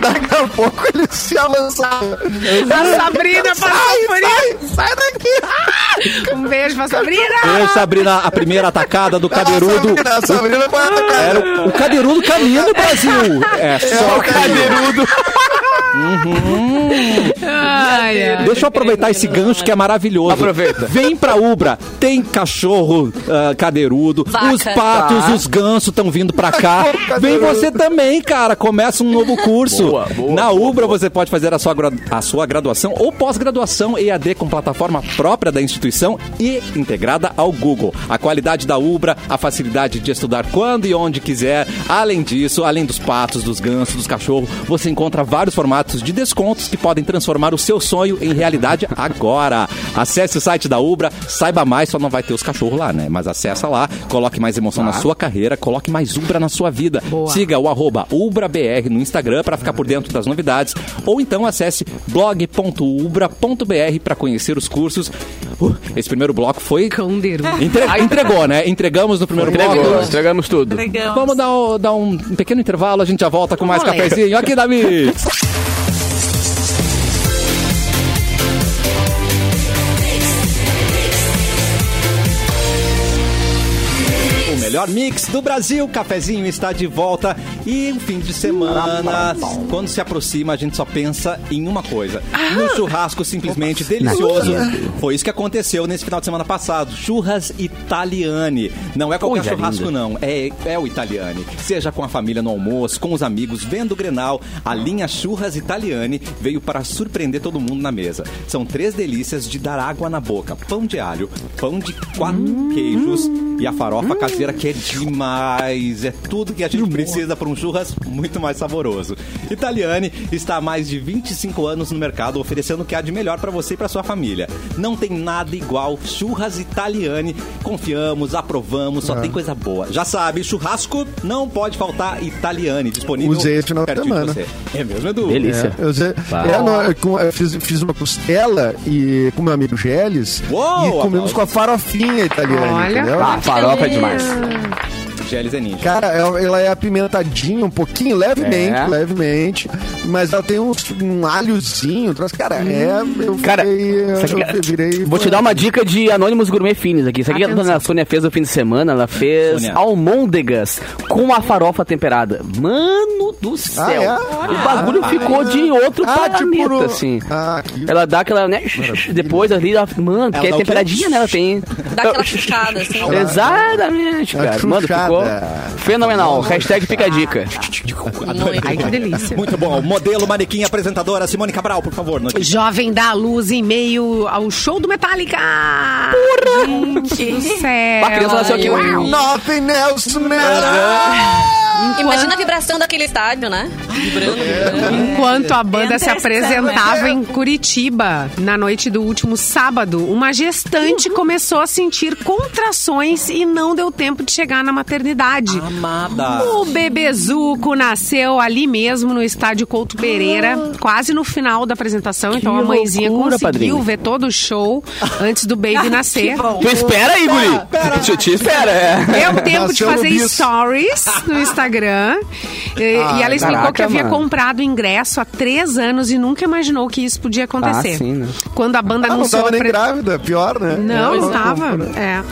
S4: Daqui a pouco ele se alançava.
S3: A Sabrina passou por isso.
S4: Sai daqui!
S3: Um beijo pra Sabrina.
S1: Eu, Sabrina, a primeira atacada do cadeirudo.
S4: A Sabrina, a Sabrina para, cara.
S1: Era o, o cadeirudo caminhando, Brasil. É, só o cadeirudo.
S3: Ai, ai.
S1: Deixa eu aproveitar esse gancho que é maravilhoso.
S5: Aproveita.
S1: Vem pra Ubra. Tem cachorro ah, cadeirudo.
S6: Vaca.
S1: Os patos,
S5: Tá.
S1: os gansos estão vindo pra cá.
S4: Cadeirudo.
S1: Vem você também, cara. Começa um novo curso.
S5: Boa, boa,
S1: Na
S5: boa,
S1: Ubra você pode fazer a sua, gra- a sua graduação ou pós-graduação EAD com plataforma própria da instituição e integrada ao Google. A qualidade da Ubra, a facilidade de estudar quando e onde quiser. Além disso, além dos patos, dos gansos, dos cachorros, você encontra vários formatos de descontos que podem transformar o seu sonho em realidade agora. Acesse o site da Ubra, saiba mais, só não vai ter os cachorros lá, né? Mas acessa lá, coloque mais emoção na sua carreira, coloque mais Ubra na sua vida.
S3: Boa.
S1: Siga o arroba UbraBR no Instagram para ficar por dentro das novidades. Ou então acesse blog.ubra.br para conhecer os cursos. Uh, esse primeiro bloco foi.
S3: Candeiro.
S1: Entre- Entregou, né? Entregamos no primeiro
S5: Entregou,
S1: bloco.
S5: entregamos tudo.
S2: Entregamos.
S1: Vamos dar, o- dar um pequeno intervalo, a gente já volta com mais
S3: Vamos lá.
S1: cafezinho. Aqui, Davi! O melhor mix do Brasil, cafezinho está de volta e o fim de semana, quando se aproxima, a gente só pensa em uma coisa. No churrasco simplesmente delicioso. Foi isso que aconteceu nesse final de semana passado. Churras Italiane. Não é qualquer
S5: Coisa
S1: churrasco,
S5: linda.
S1: não. É, é o Italiane. Seja com a família no almoço, com os amigos, vendo o Grenal, a linha Churras Italiane veio para surpreender todo mundo na mesa. São três delícias de dar água na boca. Pão de alho, pão de quatro queijos e a farofa caseira que é demais. É tudo que a gente precisa para um churras muito mais saboroso. Italiane está há mais de 25 anos no mercado oferecendo o que há de melhor para você e para sua família. Não tem nada igual Churras Italiane. Confiamos, aprovamos,
S4: É.
S1: só tem coisa boa. Já sabe, churrasco não pode faltar Italiane disponível.
S4: Usei esse final de
S1: pertinho de
S4: semana.
S1: você. É mesmo, Edu?
S5: Delícia.
S4: Eu, sei-
S5: Tá.
S4: é, não, eu com- eu fiz, fiz uma costela e com meu amigo Geles
S1: Uou,
S4: e comemos
S1: aplausos.
S4: com a farofinha italiana.
S3: Olha. Tá.
S4: entendeu?
S5: Ah, farofa é demais.
S1: Geles é ninja.
S4: Cara, ela ela é apimentadinha um pouquinho, levemente,
S5: É.
S4: levemente. Mas ela tem um, um alhozinho. um troço- Cara, é. Eu
S5: Hum. Cara,
S4: fiquei, eu,
S5: sabe que-
S4: eu virei.
S5: vou te dar uma dica de Anônimos Gourmet Finis aqui. Isso aqui que a dona Sônia fez no fim de semana. Ela fez
S1: Sônia.
S5: almôndegas com a farofa temperada. Mano do céu.
S4: Ah, é?
S5: O bagulho ficou de outro
S4: Ah,
S5: planeta,
S4: tipo no-
S5: assim.
S4: Ah, que-
S5: Ela dá aquela, né? Depois ali, ela, mano, porque
S1: dá
S5: é
S1: o quê?
S5: temperadinha, né? Ela tem.
S6: Dá aquela chuchada, assim.
S5: Exatamente,
S4: Ela
S5: cara. Mano,
S4: chuchada.
S5: ficou fenomenal. Hashtag fica a dica.
S3: Ai, que delícia.
S1: Muito bom. Modelo, manequim, apresentadora Simone Cabral, por favor. notícia.
S3: Jovem dá à luz em meio ao show do Metallica. Gente do céu.
S5: A criança nasceu aqui. um
S6: Ai,
S5: uau.
S4: Nothing else matters.
S6: Imagina na vibração daquele estádio, né? Vibrando, vibrando.
S3: Enquanto a banda se
S2: Entra esse
S3: apresentava em Curitiba, na noite do último sábado, uma gestante começou a sentir contrações e não deu tempo de chegar na maternidade.
S1: Amada.
S3: O bebezuco nasceu ali mesmo no estádio Couto Pereira, quase no final da apresentação. então a mãezinha
S5: loucura,
S3: conseguiu
S5: padrinho.
S3: ver todo o show antes do baby nascer.
S2: Que bom.
S5: Tu espera aí, Guri. Tu te espera, é.
S3: Deu tempo de
S4: Nasceu no
S3: fazer
S4: bis. Ah,
S3: stories no Instagram. E, e ela explicou
S5: caraca,
S3: que havia
S5: mano.
S3: comprado ingresso há três anos e nunca imaginou que isso podia acontecer.
S5: Ah, sim, né?
S3: Quando a banda
S4: Ah, não
S3: anunciou.
S4: tava
S3: a
S4: nem
S3: pre-
S4: grávida, pior, né?
S3: não, estava. É.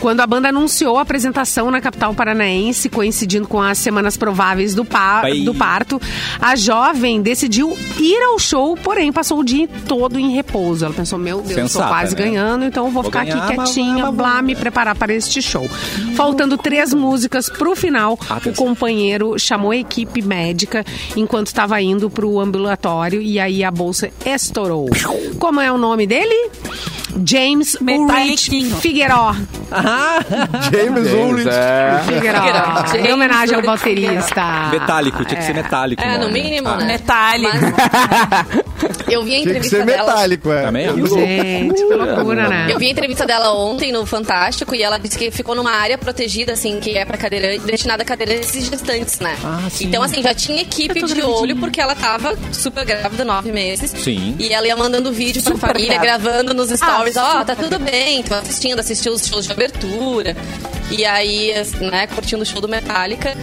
S3: Quando a banda anunciou a apresentação na capital paranaense, coincidindo com as semanas prováveis do, pa-
S1: Bai.
S3: do parto, a jovem decidiu ir ao show, porém passou o dia todo em repouso. Ela pensou: meu Deus,
S1: Sensata,
S3: tô quase
S1: né?
S3: ganhando, então eu vou,
S1: Vou
S3: ficar
S1: ganhar,
S3: aqui
S1: mas- é
S3: quietinha,
S1: mas-
S3: blá, me preparar para este show. Faltando três músicas pro final, o
S1: Atenção.
S3: companheiro chamou a equipe médica enquanto estava indo pro ambulatório e aí a bolsa estourou. Como é o nome dele? James Ulrich
S2: Metaliquinho.
S3: Figueiró.
S6: Ah!
S4: James Ulrich.
S5: É.
S3: Figueiró.
S6: Figueiró.
S3: Em homenagem ao
S6: James Ulrich
S3: baterista.
S1: Metálico, tinha que ser
S3: É.
S1: metálico.
S6: É,
S1: mano.
S6: no mínimo,
S1: Ah,
S6: né?
S2: um Detalhe.
S6: Mas eu vi a
S4: Tinha que
S6: entrevista
S4: ser
S6: dela.
S4: metálico, é.
S1: Também acho.
S3: Gente, que loucura, né?
S6: Eu vi a entrevista dela ontem no Fantástico e ela disse que ficou numa área protegida, assim, que é pra cadeirante, destinada a cadeirantes e gestantes, né?
S1: Ah, sim.
S6: Então, assim, já tinha equipe de olho, porque ela tava super grávida, nove meses.
S1: Sim.
S6: E ela ia mandando vídeo pra
S2: Super
S6: família,
S2: grávida.
S6: gravando nos stories,
S2: Ah,
S6: ó,
S2: super
S6: tá tudo bem, tô assistindo, assisti os shows de abertura. E aí, né, curtindo o show do Metallica,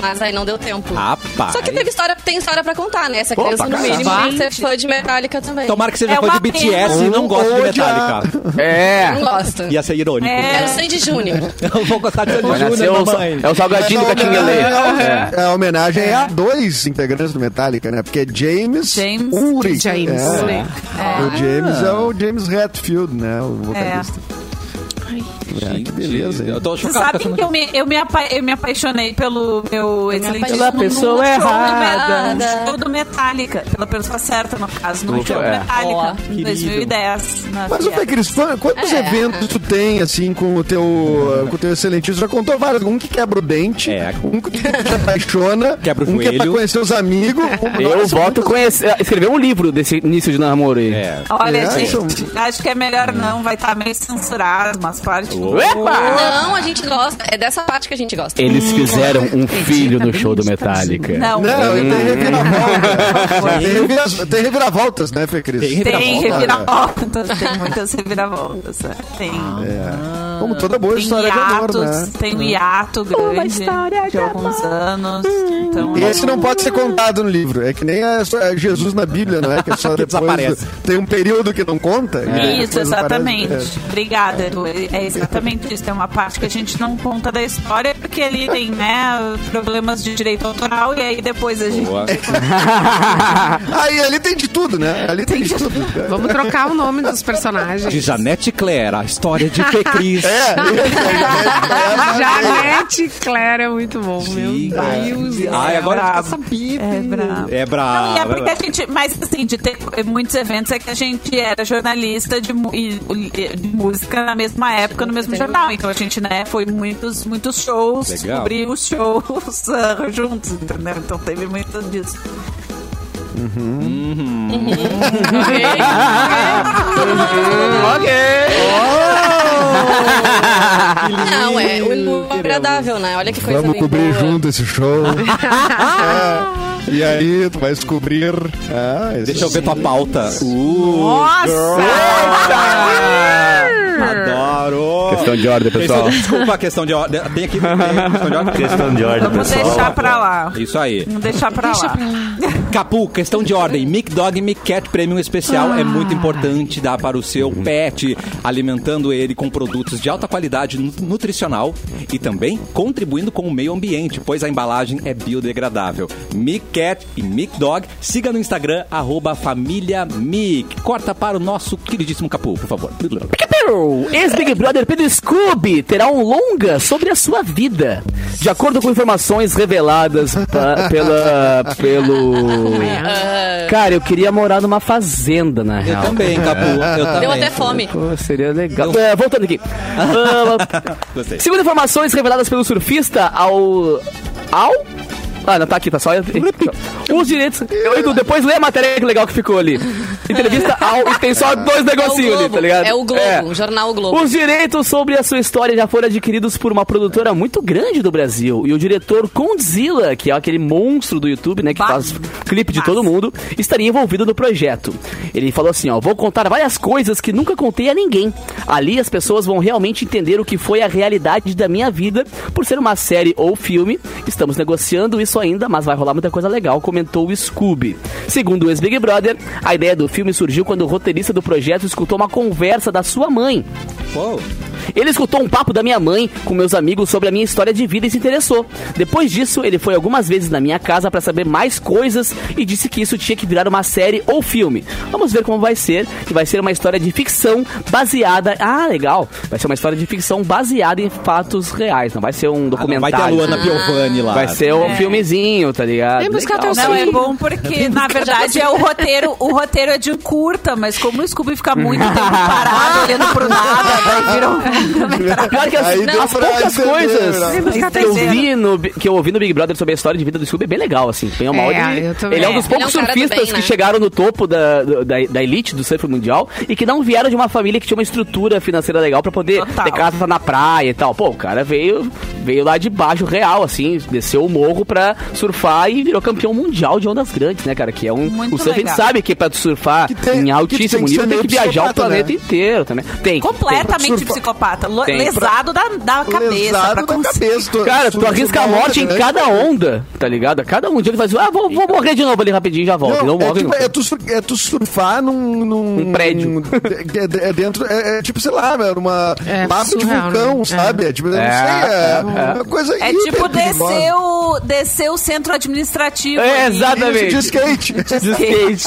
S6: mas aí não deu tempo.
S1: Rapaz.
S6: Só que teve história, tem história pra contar, né? Essa
S4: Pô,
S6: criança,
S4: pra
S6: no mínimo,
S3: caralho.
S6: tem que ser fã de Metallica também.
S1: Tomara que seja
S2: É
S1: fã de
S2: uma
S1: BTS e
S4: pena.
S1: não gosta de
S4: Ou- ou de
S1: Metallica.
S5: É.
S6: Não gosta.
S1: Ia ser irônico.
S2: É.
S6: Era o Sandy Júnior.
S1: Eu vou gostar de
S5: Vai
S1: Sandy
S5: nascer
S1: Júnior,
S5: o,
S1: mamãe.
S5: é o salgadinho do Catinguelê. É.
S4: É, a homenagem é a dois integrantes do Metallica, né? Porque é James,
S2: James
S4: Ulrich.
S3: James
S4: É.
S3: Ulrich.
S4: O James é o James Hetfield, né? O vocalista.
S1: Gente,
S4: que beleza, hein?
S1: Eu tô
S2: É. Vocês
S1: chocado com essa
S2: sabem que eu me, eu, me apa- eu me apaixonei pelo meu excelente
S6: apaixonei
S2: no-
S5: pela pessoa
S2: no show do Me-
S5: errada.
S2: no show do Metallica. Pela pessoa certa, no caso. No
S5: Ufa,
S2: show do
S5: é.
S6: Ó,
S2: Metallica, em
S1: querido.
S2: 2010. na
S4: Mas o
S2: Fiat.
S4: Fê Cris, fã, quantos
S6: É.
S4: eventos tu tem, assim, com o teu, com o teu excelentíssimo? Já contou vários. Um que quebra o dente,
S1: É.
S4: um que te apaixona,
S1: Quebra o
S4: um que é pra
S1: joelho.
S4: conhecer os amigos.
S5: Eu
S4: Nossa,
S5: voto conhecer, escrever um livro desse início de namoro aí.
S1: É.
S2: Olha,
S4: É,
S2: gente,
S4: isso-
S2: acho que é melhor não. Vai estar meio censurado umas partes.
S5: Epa!
S6: Não, a gente gosta. É dessa parte que a gente gosta.
S5: Eles fizeram um filho no show do Metallica.
S2: Não,
S4: Não, Né? tem
S1: Uhum.
S4: reviravoltas. tem, revira- tem reviravoltas, né, Fê Cris?
S1: Tem
S2: tem
S1: reviravolta.
S2: reviravoltas. Tem muitas reviravoltas. é. Tem.
S4: É. Como toda boa
S2: Tem
S4: história de amor,
S2: hiatos,
S4: né?
S2: tem um hiato grande de alguns anos. Então,
S4: E esse não pode ser contado no livro. É que nem a- a Jesus na Bíblia, não é? Que só depois
S1: desaparece.
S4: do- tem um período que É, não conta. e depois
S2: Isso,
S4: aparece.
S2: exatamente. Obrigada, Edu. É exatamente isso. Tem uma parte que a gente não conta da história, porque ali tem, né, problemas de direito autoral, e aí depois a gente.
S1: Boa.
S4: É. Aí ali tem de tudo, né? Ali tem de tudo.
S3: Vamos trocar o nome dos
S1: De
S3: personagens.
S1: Janete Claire, a história de Fê Cris.
S4: É,
S3: Janete Clara é muito bom, meu Deus. do
S1: É. Ai,
S3: céu.
S1: agora
S2: brabo.
S1: fica sabida.
S2: É brabo.
S1: É
S2: Não, e é
S1: brabo.
S2: porque a gente, mas assim, de ter muitos eventos é que a gente era jornalista de, mu- e- de música na mesma época, no mesmo jornal. Então a gente, né, foi muitos, muitos shows,
S1: Legal.
S2: descobriu os shows ah, juntos, entendeu? Então teve muito disso.
S6: Não, é o Lu é agradável, né? Olha que coisa
S4: Vamos
S6: bem
S4: cobrir
S6: boa.
S4: junto esse show. É. E aí, tu vais cobrir. Ah, esse-
S1: Deixa eu ver tua pauta. Uh, adoro.
S5: Questão Então, de ordem, pessoal.
S1: Desculpa a questão de ordem. Tem aqui tem questão de ordem.
S7: Questão de ordem,
S2: Vamos
S7: pessoal.
S2: deixar pra lá.
S1: Isso aí.
S2: Vamos deixar pra lá.
S1: Capu, questão de ordem. Mic Dog Mic Cat Premium Especial é muito importante dar para o seu pet, alimentando ele com produtos de alta qualidade nu- nutricional e também contribuindo com o meio ambiente, pois a embalagem é biodegradável. Mic Cat e Mic Dog, siga no Instagram, arroba família Mic. Corta para o nosso queridíssimo Capu, por favor.
S5: Pedro, Ex-Big Brother Pedro Scooby terá um longa sobre a sua vida. De acordo com informações reveladas pa- pela. pelo. Cara, eu queria morar numa fazenda, na
S1: Eu
S5: real.
S1: também, Capu. Eu também.
S6: Deu até fome.
S5: Pô, seria legal. É, voltando aqui. Ah,
S1: Gostei.
S5: Segundo informações reveladas pelo surfista ao. Ao? Ah, não, tá aqui, tá só. Os direitos. Eu, Edu, depois lê a matéria que legal que ficou ali. Entrevista ao. E tem só dois negocinhos ali,
S6: É Globo,
S5: tá ligado?
S6: é o Globo, o jornal O Globo.
S5: Os direitos sobre a sua história já foram adquiridos por uma produtora muito grande do Brasil. E o diretor Condzilla, que é aquele monstro do YouTube, né? Que
S2: Bah.
S5: faz clipe de todo mundo, estaria envolvido no projeto. Ele falou assim, ó, vou contar várias coisas que nunca contei a ninguém. Ali as pessoas vão realmente entender o que foi a realidade da minha vida por ser uma série ou filme. Estamos negociando isso ainda, mas vai rolar muita coisa legal, comentou o Scooby. Segundo o ex-Big Brother, a ideia do filme surgiu quando o roteirista do projeto escutou uma conversa da sua mãe.
S1: Uou.
S5: Ele escutou um papo da minha mãe com meus amigos sobre a minha história de vida e se interessou. Depois disso, ele foi algumas vezes na minha casa pra saber mais coisas e disse que isso tinha que virar uma série ou filme. Vamos ver como vai ser, que vai ser uma história de ficção baseada. Ah, legal! Vai ser uma história de ficção baseada em fatos reais, não vai ser um
S1: Ah, não, vai
S5: documentário.
S1: ter a Luana Piovani lá.
S5: Vai ser um filmezinho, tá ligado?
S3: É. Vem buscar
S5: Legal.
S3: teu
S2: Não, é
S3: Sim.
S2: bom porque, na verdade, é o roteiro. O roteiro é de curta, mas como o Scooby fica muito tempo parado olhando pro nada, daí vira um.
S5: Pior que as,
S4: Aí deu
S5: as
S4: pra
S5: poucas
S4: entender,
S5: coisas
S4: né?
S3: buscar
S5: que eu, vi no, que eu ouvi no Big Brother sobre a história de vida do Scooby é bem legal, assim. Bem ou mal,
S3: É,
S5: ele,
S3: eu também.
S5: ele é um
S3: É,
S5: dos
S6: ele é um
S5: poucos
S6: cara do
S5: surfistas
S6: bem,
S5: que
S6: né?
S5: chegaram no topo da, da, da elite do surf mundial e que não vieram de uma família que tinha uma estrutura financeira legal pra poder
S2: Total.
S5: ter casa na praia e tal. Pô, o cara veio, veio lá de baixo, real, assim, desceu o morro pra surfar e virou campeão mundial de ondas grandes, né, cara? Que é um.
S2: Muito
S5: o surf a gente
S2: legal.
S5: sabe que pra surfar
S4: Que tem- que
S5: em
S4: tem
S5: altíssimo
S4: que ser
S5: nível tem
S4: meio
S5: que viajar o
S4: psicopata,
S5: planeta
S4: né?
S5: inteiro também. Tem. tem.
S2: Completamente
S4: Surfa-
S2: psicopata. Lo-
S5: Tem.
S2: Lesado da, da cabeça. pra
S4: Lesado da
S2: conseguir-
S4: cabeça. tu-
S5: Cara, tu
S4: tu-
S5: arrisca
S4: tu-
S5: a morte em cada onda, tá ligado? A cada um dia ele faz, ah, vou, vou morrer de novo ali rapidinho um e já volto. Não,
S4: Então. Não, é,
S5: morre
S4: tipo,
S5: nunca.
S4: é, tu, sur- é tu surfar num, num-
S5: Um prédio.
S4: É, de- é dentro, é, é tipo, sei lá, velho, uma
S3: É,
S4: lava de
S3: surreal,
S4: vulcão,
S3: né?
S4: sabe? É tipo, eu não
S5: É,
S4: sei, é,
S5: é.
S4: uma coisa
S2: É
S4: hiper
S2: tipo
S4: perigosa.
S2: descer o, descer o centro administrativo.
S5: É,
S2: ali.
S5: exatamente.
S4: De skate.
S5: De skate.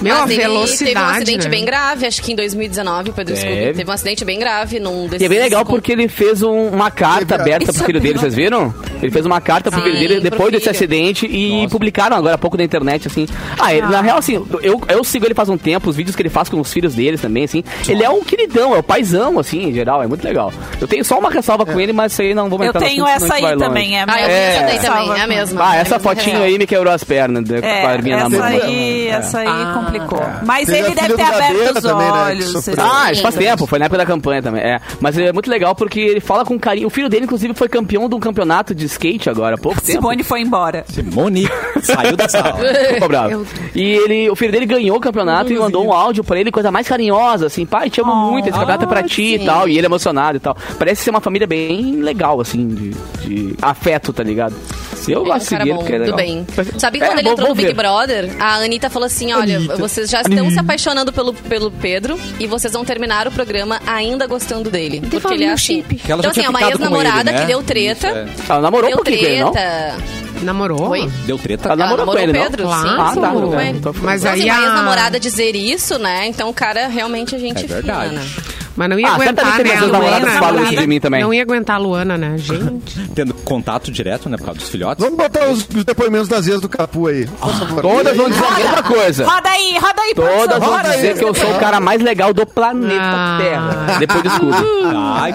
S3: Meu, a velocidade.
S6: Mas Ele teve um acidente
S3: né?
S6: bem grave, acho que em 2019, Pedro
S5: Teve.
S6: Scooby. Teve um acidente bem grave num desses.
S5: E é bem legal porque ele fez um- uma carta
S4: Isso é
S5: aberta pro filho dele, vocês viram? Ele fez uma carta pro
S6: Sim,
S5: filho dele
S6: pro
S5: depois desse
S6: filho.
S5: acidente e publicaram agora há pouco na internet, assim. Ah, ele, na real, assim, eu, eu sigo ele faz um tempo, os vídeos que ele faz com os filhos deles também, assim. Ele é um queridão, é o paizão, assim, em geral, é muito legal. Eu tenho só uma ressalva
S4: É.
S5: com ele, mas isso aí não vou
S2: Eu
S5: entrar no
S2: tenho
S5: assunto,
S2: essa
S5: então, senão a gente vai
S2: aí
S5: longe.
S2: também. É,
S6: Ah, eu vi
S5: É.
S6: essa daí também,
S2: Salva-
S6: é a mesma.
S5: Ah,
S6: é a
S5: essa
S6: mesma
S5: fotinho
S6: real.
S5: aí me quebrou as pernas, né, com a
S2: É,
S5: arminha na
S2: essa
S5: mão.
S2: aí, essa aí complicou. Mas
S4: Teve
S2: ele
S4: a
S2: deve
S4: filha
S2: ter
S4: do Gabeira
S2: aberto os
S4: também, né, que
S2: olhos.
S4: sofreu.
S5: Ah, isso faz
S6: Sim.
S5: tempo, foi na época da campanha também. É. Mas é muito legal porque ele fala com carinho. O filho dele, inclusive, foi campeão de um campeonato de skate agora, há pouco tempo.
S2: Simone foi embora.
S1: Simone saiu da sala. É
S5: Ficou bravo. E ele, o filho dele ganhou o campeonato e mandou um áudio pra ele, coisa mais carinhosa, assim, pai, te amo muito,
S6: Ah,
S5: esse campeonato é pra ti e tal. E ele emocionado e tal. Parece ser uma família bem legal, assim, de, de afeto, tá ligado? Eu
S6: É um
S5: gosto de
S6: cara
S5: seguir ele
S6: bom,
S5: porque é
S6: do
S5: legal.
S6: bem. Sabe
S5: É,
S6: quando ele
S5: vou-
S6: entrou
S5: vou
S6: no Big
S5: ver. Uhum.
S6: Brother? A Anitta falou assim: olha, vocês já estão se apaixonando pelo, pelo Pedro e vocês vão terminar o programa ainda gostando dele. porque
S3: falando
S6: ele é
S3: meu
S6: assim.
S3: chip.
S1: Que ela já
S6: Então, assim,
S1: tinha
S6: é uma
S1: ficado com ele,
S6: ex-namorada
S1: né?
S6: que deu treta.
S1: Isso, é.
S5: Ela namorou um
S6: Deu
S5: pouquinho com ele, não?
S6: treta.
S3: Namorou?
S6: Oi?
S1: Deu treta?
S5: Ela namorou,
S6: namorou
S5: com ele,
S6: o
S5: não?
S6: Pedro,
S3: sim.
S5: Ah, tá,
S3: Claro.
S5: né? Então foi-
S3: Mas
S6: Então, assim,
S3: aí
S6: uma
S3: a-
S6: ex-namorada dizer isso, né? Então o cara realmente é gente
S1: É
S6: fina,
S1: verdade.
S6: né?
S3: Mas não ia
S5: Ah, certamente
S3: aguentar,
S5: teve
S3: né?
S5: as
S3: a
S5: namoradas
S3: Luana,
S2: falam
S5: isso de mim também.
S3: Não ia aguentar a Luana, né, gente?
S1: Tendo contato direto, né, por causa dos filhotes.
S4: Vamos botar os, os depoimentos das vezes do Capu aí. Por favor.
S5: Ah, Todas vão dizer a mesma coisa.
S2: Roda aí, roda aí,
S5: Então. Todas
S2: produção,
S5: vão
S2: roda
S5: dizer
S2: aí.
S5: que eu sou o cara mais legal do planeta
S3: Ah.
S5: Terra. Depois do escudo.
S1: Ai,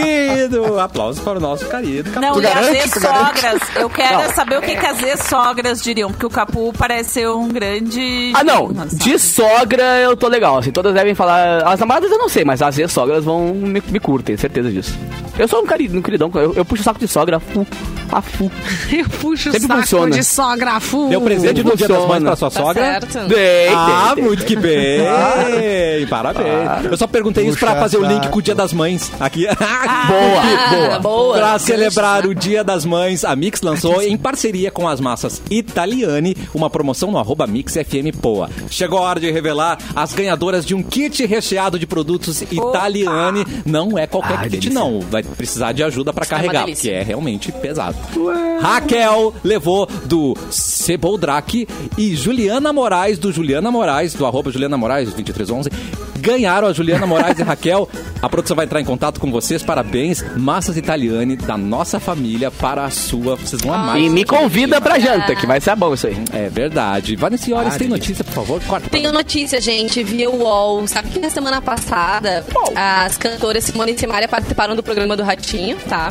S1: querido! Aplausos para o nosso querido.
S2: Não, e as
S4: garante, tu
S2: ex-sogras. Eu quero
S5: Não.
S2: saber o que, que as ex-sogras diriam, porque o Capu parece ser um grande.
S5: Ah, não.
S2: Nossa.
S5: De sogra eu tô legal. Assim, todas devem falar. As namoradas eu não sei, mas as sogras vão me, me curtem, certeza disso. Eu sou um, cari, um queridão. Eu, eu puxo o saco de sogra a fu. A fu.
S3: Eu puxo
S5: Sempre
S3: o saco
S5: funciona.
S3: de sogra fu.
S1: Deu presente no Dia das Mães para
S5: Funciona.
S1: sua
S6: Tá
S1: sogra?
S6: certo.
S5: Dei,
S1: Ah,
S5: dei, dei.
S1: muito que bem! Parabéns! Eu só perguntei isso pra
S4: Puxa
S1: fazer o link
S4: saco.
S1: com o Dia das Mães. Aqui.
S5: Boa,
S6: Ah,
S5: boa.
S6: boa.
S1: Pra celebrar o Dia das Mães, a Mix lançou em parceria com as massas Italiani uma promoção no arroba Mix FM Poa. Chegou a hora de revelar as ganhadoras de um kit recheado de produtos Italiani. Não é qualquer
S5: Ah,
S1: kit,
S5: delícia.
S1: não. Vai precisar de ajuda pra
S6: uma
S1: carregar,
S6: delícia.
S1: porque é realmente pesado. Raquel levou do Ceboldraque e Juliana Moraes, do Juliana Moraes, do arroba Juliana Moraes 2311, ganharam a Juliana Moraes e Raquel A produção vai entrar em contato com vocês. Parabéns, massas italiane da nossa família para a sua. Vocês vão amar.
S5: E
S1: isso
S5: me
S1: aqui.
S5: convida pra janta, que vai ser bom isso aí.
S1: É verdade. Vanessa, olha,
S5: Ah,
S1: se tem
S5: delícia.
S1: notícia, por favor, corta.
S6: Tenho notícia, gente, via o UOL. Sabe que na semana passada as cantoras Simone e Simaria participaram do programa do Ratinho, tá?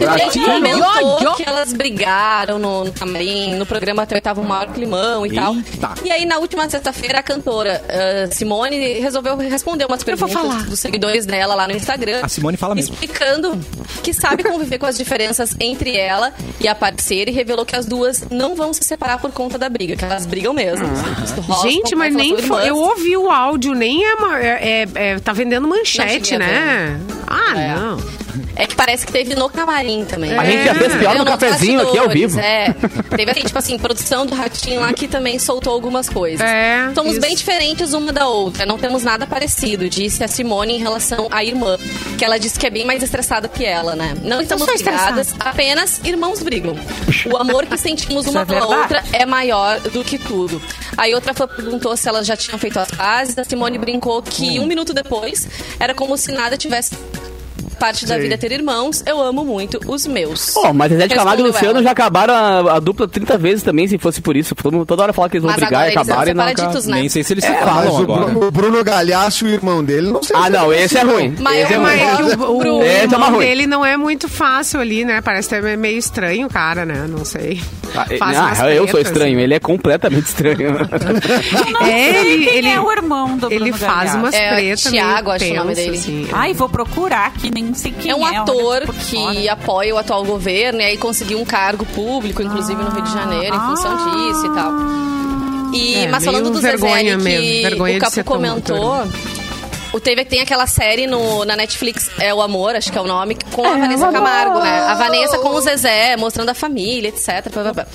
S6: E a gente
S3: Ratinho. Yo, yo.
S6: comentou que elas brigaram no, no camarim, no programa até tava um maior climão e tal.
S1: Eita.
S6: E aí, na última sexta-feira, a cantora ah, Simone resolveu responder umas perguntas
S3: falar.
S6: dos seguidores dela lá no Instagram.
S1: A Simone fala mesmo.
S6: Explicando que sabe conviver com as diferenças entre ela e a parceira e revelou que as duas não vão se separar por conta da briga, que elas brigam mesmo. Isso rola,
S3: Ah. Gente,
S6: como
S3: mas
S6: falam
S3: nem
S6: sobre
S3: foi.
S6: irmãs.
S3: Eu ouvi o áudio, nem é. ma- é- é- é- tá vendendo manchete,
S6: Não cheguei a
S3: né? Ah,
S6: É.
S3: não.
S6: É que parece que teve no camarim também.
S5: A gente já fez pior
S6: Eu
S5: no
S6: não
S5: cafezinho aqui ao
S6: bastidores,
S5: vivo.
S6: É. Teve assim, tipo assim, produção do Ratinho lá que também soltou algumas coisas.
S3: É,
S6: Somos
S3: isso.
S6: bem diferentes uma da outra, não temos nada parecido, disse a Simone em relação à irmã. Que ela disse que é bem mais estressada que ela, né? Não estamos
S3: sou estressada.
S6: brigadas, apenas irmãos brigam. O amor que sentimos uma
S2: é
S6: pela
S2: verdade.
S6: outra é maior do que tudo. Aí outra fã perguntou se elas já tinham feito as pazes. A Simone brincou
S5: Hum.
S6: que um minuto depois era como se nada tivesse parte da vida é ter irmãos. Eu amo muito os meus.
S5: Pô, mas Zé de Camargo e
S6: Respondeu
S5: Luciano
S6: ela.
S5: já acabaram a, a dupla 30 vezes também, se fosse por isso. Todo mundo- Toda hora fala que eles vão
S6: Mas
S5: brigar
S6: agora eles
S5: e
S6: são
S5: acabaram e não
S6: separaditos,
S5: acabam.
S6: né?
S1: Nem sei se eles
S5: É,
S1: se
S4: Mas
S1: falam
S4: o
S1: agora.
S4: Bruno, o Bruno Galhaço e o irmão dele, não sei
S5: Ah,
S4: se
S5: não,
S4: eles
S5: esse é
S4: não.
S5: ruim.
S6: Mas
S5: esse é
S6: eu-
S5: ruim.
S3: Mas é que o, o,
S6: Bruno.
S5: É, tá
S3: irmão
S5: ruim.
S3: dele não é muito fácil ali, né? Parece até meio estranho o cara, né? Não sei.
S5: Ah, e-
S3: Faz umas
S5: ah, eu sou
S3: tretas.
S5: estranho, ele é completamente estranho.
S2: Eu não
S3: É,
S2: sei
S3: ele-
S2: quem
S3: ele-
S2: é o irmão do
S3: Ele
S2: Bruno
S3: faz
S2: Gagliardi.
S3: umas
S6: É,
S3: pretas meio
S6: Thiago, acho o nome
S3: tensas,
S6: dele.
S3: assim.
S2: Ai, vou procurar aqui, nem sei quem é.
S6: É um
S2: olha,
S6: ator
S2: por fora.
S6: que apoia o atual governo e aí conseguiu um cargo público, inclusive no Rio de Janeiro, em função
S2: Ah.
S6: disso e tal. E,
S3: É,
S6: mas falando
S3: meio
S6: do Zezé,
S3: vergonha
S6: que
S3: mesmo, vergonha
S6: o
S3: de ser né? tão
S6: Capu comentou, o teve, tem aquela série no, na Netflix, é o Amor, acho que é o nome, com a Vanessa Camargo, né? A Vanessa com o Zezé, mostrando a família, etc. blá, blá, blá.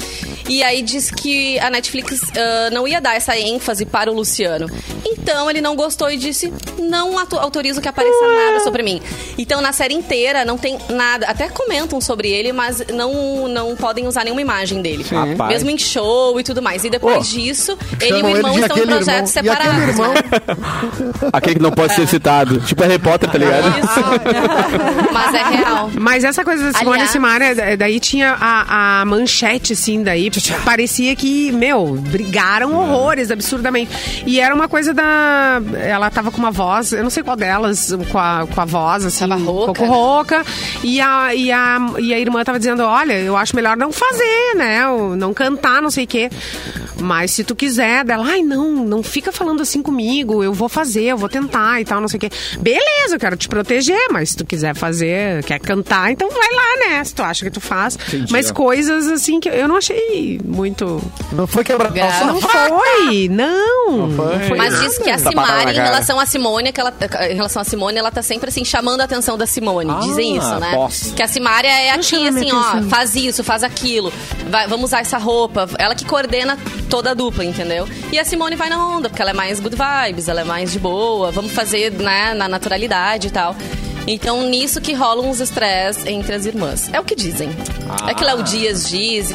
S6: E aí diz que a Netflix ah, não ia dar essa ênfase para o Luciano. Então ele não gostou e disse: não atu- autorizo que apareça nada sobre mim. Então na série inteira não tem nada. Até comentam sobre ele, mas não, não podem usar nenhuma imagem dele.
S1: Rapaz.
S6: Mesmo em show e tudo mais. E depois
S5: Ô,
S6: disso, ele e
S4: Chamam
S6: o irmão
S4: de
S6: estão em
S4: aquele
S6: projetos
S4: irmão. E
S6: separados.
S4: aquele irmão,
S5: Aquele que não pode ser citado. Tipo a repórter, tá ligado?
S6: Isso. Mas é real.
S3: Mas essa coisa da Simone
S6: Aliás-
S3: Simara, da- daí tinha a, a manchete, assim, daí parecia que, meu, brigaram horrores, absurdamente. E era uma coisa da... Ela tava com uma voz, eu não sei qual delas, com a, com a voz, assim,
S6: Tava
S3: um pouco
S6: rouca.
S3: rouca. E a, e, a, e a irmã tava dizendo, olha, eu acho melhor não fazer, né, ou não cantar, não sei o quê. Mas se tu quiser, dela, ai, não, não fica falando assim comigo, eu vou fazer, eu vou tentar e tal, não sei o quê. Beleza, eu quero te proteger, mas se tu quiser fazer, quer cantar, então vai lá, né? Se tu acha que tu faz. mas coisas assim que eu não achei muito.
S4: Não foi quebrar
S6: Gato.
S3: Não foi! Não! foi
S6: Mas diz que a
S5: Tá parado na
S6: Simara, em
S5: cara.
S6: relação à Simone, que ela, em relação à Simone, ela tá sempre assim, chamando a atenção da Simone.
S1: Ah,
S6: Dizem isso, né?
S1: posso.
S6: Que a Simária é a
S3: Não
S6: tia,
S3: chama minha
S6: assim, ó,
S3: atenção.
S6: faz isso, faz aquilo, vai- vamos usar essa roupa. Ela que coordena toda a dupla, entendeu? E a Simone vai na onda, porque ela é mais good vibes, ela é mais de boa, vamos fazer né, na naturalidade e tal. Então, nisso que rolam uns estresse entre as irmãs. É o que dizem. É que Léo
S1: Ah.
S6: Dias diz,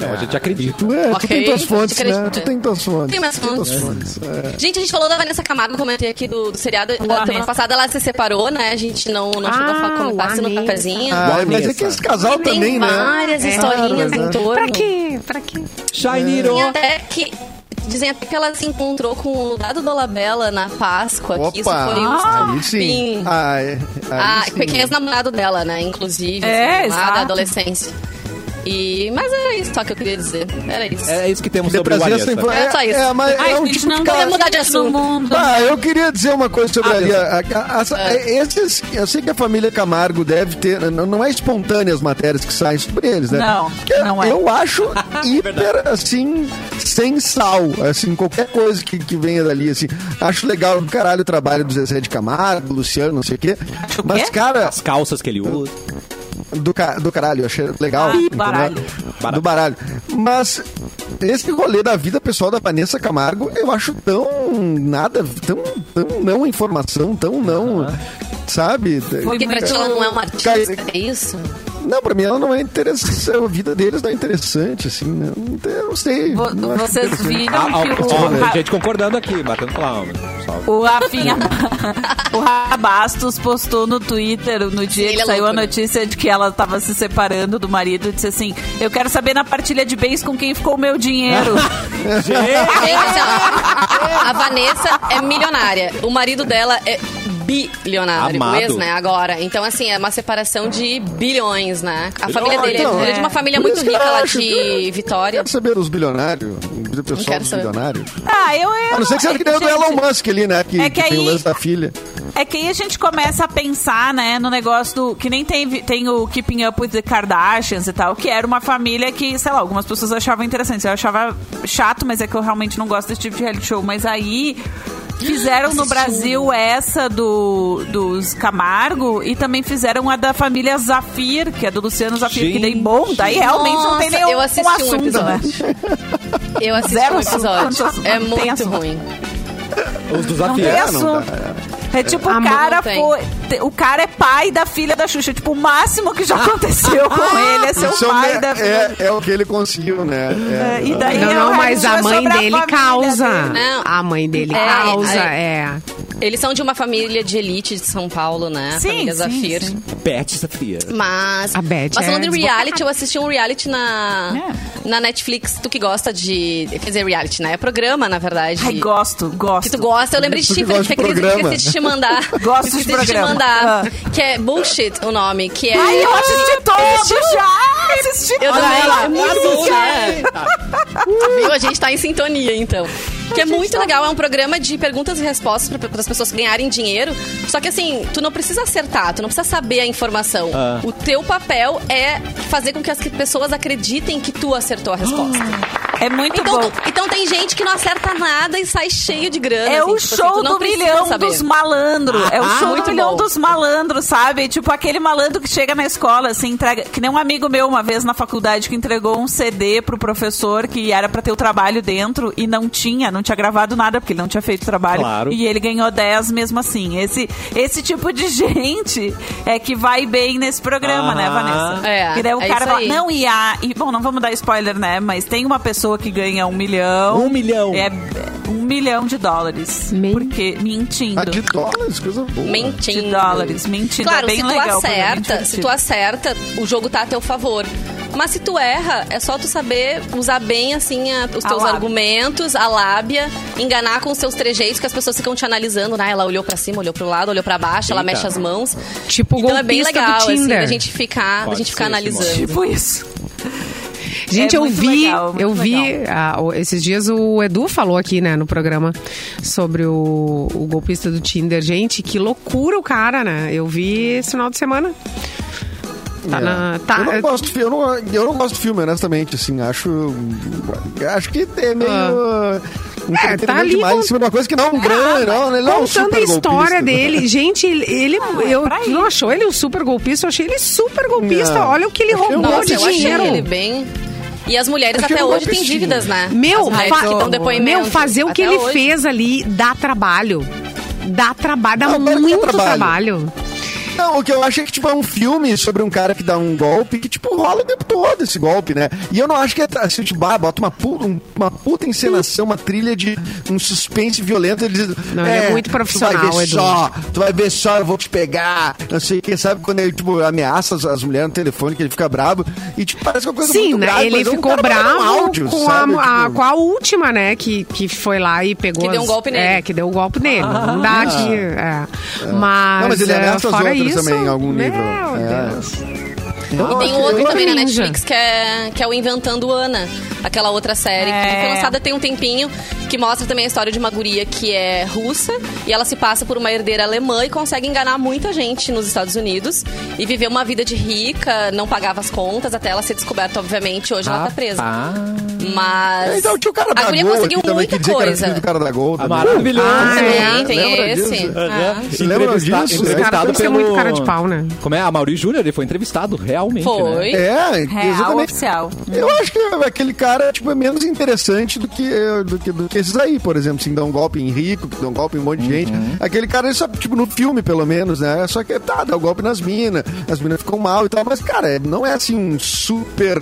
S1: Não, a gente acredita.
S4: Tu, é, tu
S6: Ok,
S4: tem tuas fontes,
S6: te
S4: né?
S6: acredito.
S4: Tu tem tuas fontes.
S6: Tem minhas
S4: tu tem tuas
S6: fontes.
S4: fontes, é.
S6: Gente, a gente falou da Vanessa Camargo, comentei aqui do, do seriado.
S2: Vanessa.
S6: A semana passada ela se separou, né? A gente não, não chegou a
S3: Ah,
S6: falar- comentar isso no
S3: Vanessa.
S6: cafezinho.
S4: Ah, mas
S1: Vanessa.
S4: é que esse casal
S6: Tem
S4: também, né?
S6: várias historinhas
S4: É,
S6: em
S4: né?
S6: torno.
S3: Pra quê? Pra quê?
S4: É.
S1: Shainiro.
S6: Dizem até que. Dizem até que ela se encontrou com o Dado Dolabella na Páscoa. que isso
S4: Opa, Ah,
S6: foi um
S4: aí sim.
S6: estopim.
S4: Ah, é-
S6: Ah,
S4: aí
S6: foi
S4: sim.
S6: quem é ex-namorado dela, né? Inclusive.
S2: É,
S6: assim, lá
S2: exato.
S6: da adolescência. E, mas era isso só que eu queria dizer. Era isso.
S1: É isso que temos
S4: Queria
S1: sobre o
S4: trazer essa
S1: Vanessa.
S4: info-
S6: É só isso.
S4: É, mas
S2: Ai,
S4: é um
S2: gente,
S4: tipo de
S2: não tá Ah,
S4: cara-
S6: vamos mudar de
S2: no
S6: assunto.
S2: mundo.
S4: Ah, eu queria dizer uma coisa sobre ali. A, a- a-
S2: Ah.
S4: a- esses- eu sei que a família Camargo deve ter. Não, não é espontânea as matérias que saem sobre eles, né?
S2: Não,
S4: Porque
S2: não é.
S4: Eu acho hiper, assim, sem sal. Assim, qualquer coisa que, que venha dali, assim. Acho legal do caralho o trabalho do Zezé de Camargo, do Luciano, não sei o quê.
S2: Acho o
S4: Mas,
S2: quê?
S4: cara,
S1: As calças que ele usa.
S4: do, ca- do caralho, eu achei legal.
S2: Ah,
S4: entendeu?
S2: baralho.
S4: Do baralho. Mas esse rolê da vida pessoal da Vanessa Camargo, eu acho tão nada, tão, tão não informação, tão não. Sabe?
S6: Porque pra
S2: muito-
S6: ti ela não é uma
S4: Cai-
S6: artista, é isso?
S4: Não, pra mim ela não é interessante. A vida deles não é interessante, assim, né? Não tem- Eu não sei.
S2: Vo-
S4: não acho
S2: Vocês
S4: interessante.
S2: viram
S1: Ah, ah,
S2: que o,
S1: ó,
S2: Ra-
S1: gente concordando aqui, batendo palma. Salve.
S2: o Rafinha o Rabastos postou no Twitter no dia
S6: Ele
S2: que
S6: é
S2: saiu a
S6: louco, né?
S2: notícia de que ela tava se separando do marido disse assim, eu quero saber na partilha de bens com quem ficou o meu dinheiro
S4: Ah,
S6: Gente, assim, ó, a Vanessa é milionária. O marido dela é bilionário.
S1: Amado.
S6: O ex, né? Agora. Então, assim, é uma separação de bilhões, né? A família dele
S4: Então,
S6: é filho de uma família
S4: Por
S6: muito
S4: isso que eu
S6: rica lá
S4: acho que-
S6: de Vitória.
S4: Quero saber os bilionários. O pessoal
S6: quero
S4: dos
S6: saber.
S4: bilionários.
S2: ah, eu, eu
S4: A não ser que
S2: é
S4: seja que nem o do
S2: gente,
S4: Elon Musk ali, né? Que,
S2: É
S4: que
S2: que
S4: tem o
S2: aí-
S4: lance da filha.
S2: É que aí a gente começa a pensar, né, no negócio do. Que nem tem, vi- tem o Keeping Up with the Kardashians e tal, que era uma família que, sei lá, algumas pessoas achavam interessante. Eu achava chato, mas é que eu realmente não gosto desse tipo de reality show. Mas aí. Fizeram no Brasil essa do, dos Camargo e também fizeram a da família Zafir, que é do Luciano Zafir, que daí,
S1: Gente.
S2: bom, daí realmente não tem
S6: Nossa,
S2: nenhum
S6: eu assisti um
S2: assunto, né?
S6: Eu assisti
S2: Zero
S6: um
S2: assunto.
S6: episódio. É
S2: Não tem
S6: muito
S2: assunto.
S6: ruim.
S1: Os
S2: Não tem
S1: desafios.
S2: assunto.
S4: né?
S2: É tipo, o
S3: Amor,
S6: não
S2: cara,
S6: tem.
S2: foi, te- o cara é pai da filha da Xuxa. Tipo, o máximo que já aconteceu com ele é ser
S4: Isso
S2: o
S4: é o
S2: pai
S4: me-
S2: da
S4: é,
S2: filha.
S4: é o que ele conseguiu, né? É.
S2: E daí
S3: Não,
S2: é
S3: não,
S2: o
S3: mas
S2: resto
S3: a
S2: é
S3: mãe
S2: sobre a
S3: dele
S2: família
S3: causa.
S2: dele.
S6: Não.
S3: A mãe dele
S6: É,
S3: causa,
S6: aí-
S3: é.
S6: Eles são de uma família de elite de São Paulo, né? A
S2: Sim,
S6: família
S2: sim,
S6: Zafir.
S2: sim.
S1: Pet Safira.
S6: Mas,
S3: A Beth
S6: mas falando
S3: é
S6: em reality, eu assisti um reality na, na Netflix. Tu que gosta de... Quer dizer, reality, né? É programa, na verdade.
S2: Ai, gosto,
S6: Que
S2: gosto.
S6: tu gosta, eu lembrei de
S4: Tu que
S6: ti,
S4: É gosta
S6: porque
S4: de programa.
S6: esqueci de te mandar.
S2: Gosto de
S6: esqueci
S2: programa. Ah.
S6: te mandar. Que é Bullshit o nome, que é...
S2: Ai, eu assisti todos já! Assisti
S6: Eu
S2: todos.
S6: também, é muito bom, né?
S1: Tá.
S6: Viu? A gente tá em sintonia, então. Que é muito
S2: tá-
S6: legal, é um programa de perguntas e respostas para as pessoas ganharem dinheiro. Só que assim, tu não precisa acertar, tu não precisa saber a informação.
S1: Ah.
S6: O teu papel é fazer com que as pessoas acreditem que tu acertou a resposta.
S2: É muito
S6: Então,
S2: bom.
S6: então tem gente que não acerta nada e sai cheio de grana.
S2: É
S6: assim,
S2: o
S6: tipo assim,
S2: show
S6: tu não
S2: do
S6: precisa
S2: milhão
S6: saber.
S2: dos malandros. é o
S6: Ah,
S2: show do
S6: muito
S2: milhão
S6: bom.
S2: dos malandros, sabe? Tipo aquele malandro que chega na escola, assim, entrega. Que nem um amigo meu uma vez na faculdade que entregou um CD pro professor que era pra ter o trabalho dentro e não tinha, não tinha gravado nada, porque ele não tinha feito trabalho.
S1: Claro.
S2: E ele ganhou 10 mesmo assim. Esse, esse tipo de gente é que vai bem nesse programa,
S1: Ah.
S2: né, Vanessa?
S6: É,
S2: E daí o
S6: é
S2: cara
S6: isso
S2: fala,
S6: aí.
S2: não, e a. E, bom, não vamos dar spoiler, né? Mas tem uma pessoa que ganha um milhão.
S1: Um milhão.
S2: É um milhão de dólares.
S3: Men-
S2: Porque mentindo.
S4: Ah, de dólares, coisa boa. né?
S6: Mentindo.
S2: De dólares, mentindo, é
S6: Claro,
S2: bem
S6: se tu
S2: legal, pra mim, é
S6: acerta,
S2: divertido.
S6: se tu acerta, o jogo tá a teu favor. Mas se tu erra, é só tu saber usar bem, assim, a- os
S2: A
S6: teus
S2: lábia.
S6: argumentos, a lábia, enganar com os seus trejeitos, que as pessoas ficam te analisando, né? Ela olhou pra cima, olhou pro lado, olhou pra baixo, ela mexe as mãos.
S3: Tipo o
S6: então é bem
S3: golpista do
S6: legal, assim,
S3: Tinder.
S6: da gente ficar, da
S1: Pode
S6: gente ficar
S1: ser, Simone.
S6: analisando.
S2: Tipo isso.
S3: Gente,
S2: É
S3: eu
S2: muito
S3: vi,
S2: legal, muito
S3: eu vi,
S2: legal.
S3: ah, o- esses dias o Edu falou aqui, né, no programa, sobre o, o golpista do Tinder. Gente, que loucura o cara, né? Eu vi esse final de semana. Tá
S4: É.
S3: na- tá-
S4: eu, não gosto, de fi- eu, não, eu não gosto de filme, honestamente, assim, acho... Acho que é meio... um
S3: É,
S4: entretenimento
S3: tá ali
S4: demais
S3: com-
S4: em cima de uma coisa que não é um grande, não, ele não é um
S3: Contando
S4: super
S3: a história
S4: golpista.
S3: dele, gente, ele, ele- eu
S2: é pra
S3: tu não achou ele um super golpista, eu achei ele super golpista.
S4: Não.
S3: Olha o que ele
S4: Achei um
S3: roubou
S6: Nossa,
S3: de
S6: eu achei
S3: dinheiro.
S6: ele bem. E as mulheres
S4: Achei
S6: até
S4: um
S6: hoje têm
S4: golpistinha.
S6: dívidas, né?
S3: Meu,
S6: As mulheres
S3: fa-
S6: que dão depoimento.
S3: meu, fazer o que
S6: Até
S3: ele
S6: hoje.
S3: fez ali dá trabalho. Dá trabalho, dá
S4: Não, claro que dá
S3: muito
S4: trabalho.
S3: trabalho.
S4: Não, o que eu acho é que, tipo, é um filme sobre um cara que dá um golpe que, tipo, rola o tempo todo esse golpe, né? E eu não acho que é assim, tipo, ah, bota uma puta, um- uma puta encenação, uma trilha de um suspense violento. Ele diz,
S3: Não, ele é muito profissional,
S4: Tu vai ver
S3: Edu.
S4: só, tu vai ver só, eu vou te pegar. Não sei o que, sabe? Quando ele, tipo, ameaça as, as mulheres no telefone, que ele fica brabo. E, tipo, parece uma coisa
S3: Sim,
S4: muito
S3: né?
S4: grave,
S3: ele
S4: mas é um
S3: ficou
S4: cara mandando
S3: bravo
S4: um áudio,
S3: com,
S4: sabe?
S3: a, a-
S4: Tipo,
S3: com a última, né? Que, que foi lá e pegou.
S6: Que deu um
S3: as-
S6: golpe nele.
S3: É, que deu um golpe nele. não dá que. é. Mas.
S4: Ah. Não, mas ele
S3: é,
S4: ameaça as
S3: fora
S4: outras
S3: isso,
S4: também, em algum
S3: meu
S4: nível. É.
S3: Deus.
S6: E tem um
S4: eu
S6: outro
S4: acho
S6: também na
S3: Ninja.
S6: Netflix que é, que é o Inventando Ana, aquela outra série que
S2: É.
S6: foi lançada tem um tempinho, que mostra também a história de uma guria que é russa e ela se passa por uma herdeira alemã e consegue enganar muita gente nos Estados Unidos e viver uma vida de rica, não pagava as contas até ela ser descoberta, obviamente, hoje ela tá presa.
S1: ah,
S6: Mas
S4: Então tinha o cara
S6: a
S4: da
S6: guria
S4: Gol
S6: conseguiu
S4: aqui também, que
S6: muita
S4: dizia que era filho do
S6: coisa.
S4: cara da né? Uh, Gol. também.
S1: Maravilhoso.
S3: Ah,
S6: Também
S3: é?
S6: tem
S4: Lembra
S6: esse.
S4: disso?
S6: Ah.
S4: Você lembra disso? Os
S1: É, né? Entrevistado
S3: caras têm
S1: pelo...
S3: muito cara de pau, né?
S1: Como é? A Mauri Júnior, ele foi entrevistado realmente, né?
S6: Foi.
S4: É,
S2: Real
S4: exatamente.
S2: oficial.
S4: Eu acho que aquele cara, tipo, é menos interessante do que, do que, do que esses aí, por exemplo, assim, dá um golpe em rico, que dá um golpe em um monte de gente. Aquele cara, ele só, tipo, no filme, pelo menos, né? Só que, tá, dá um golpe nas minas, as minas ficam mal e tal, mas, cara, é- não é, assim, um super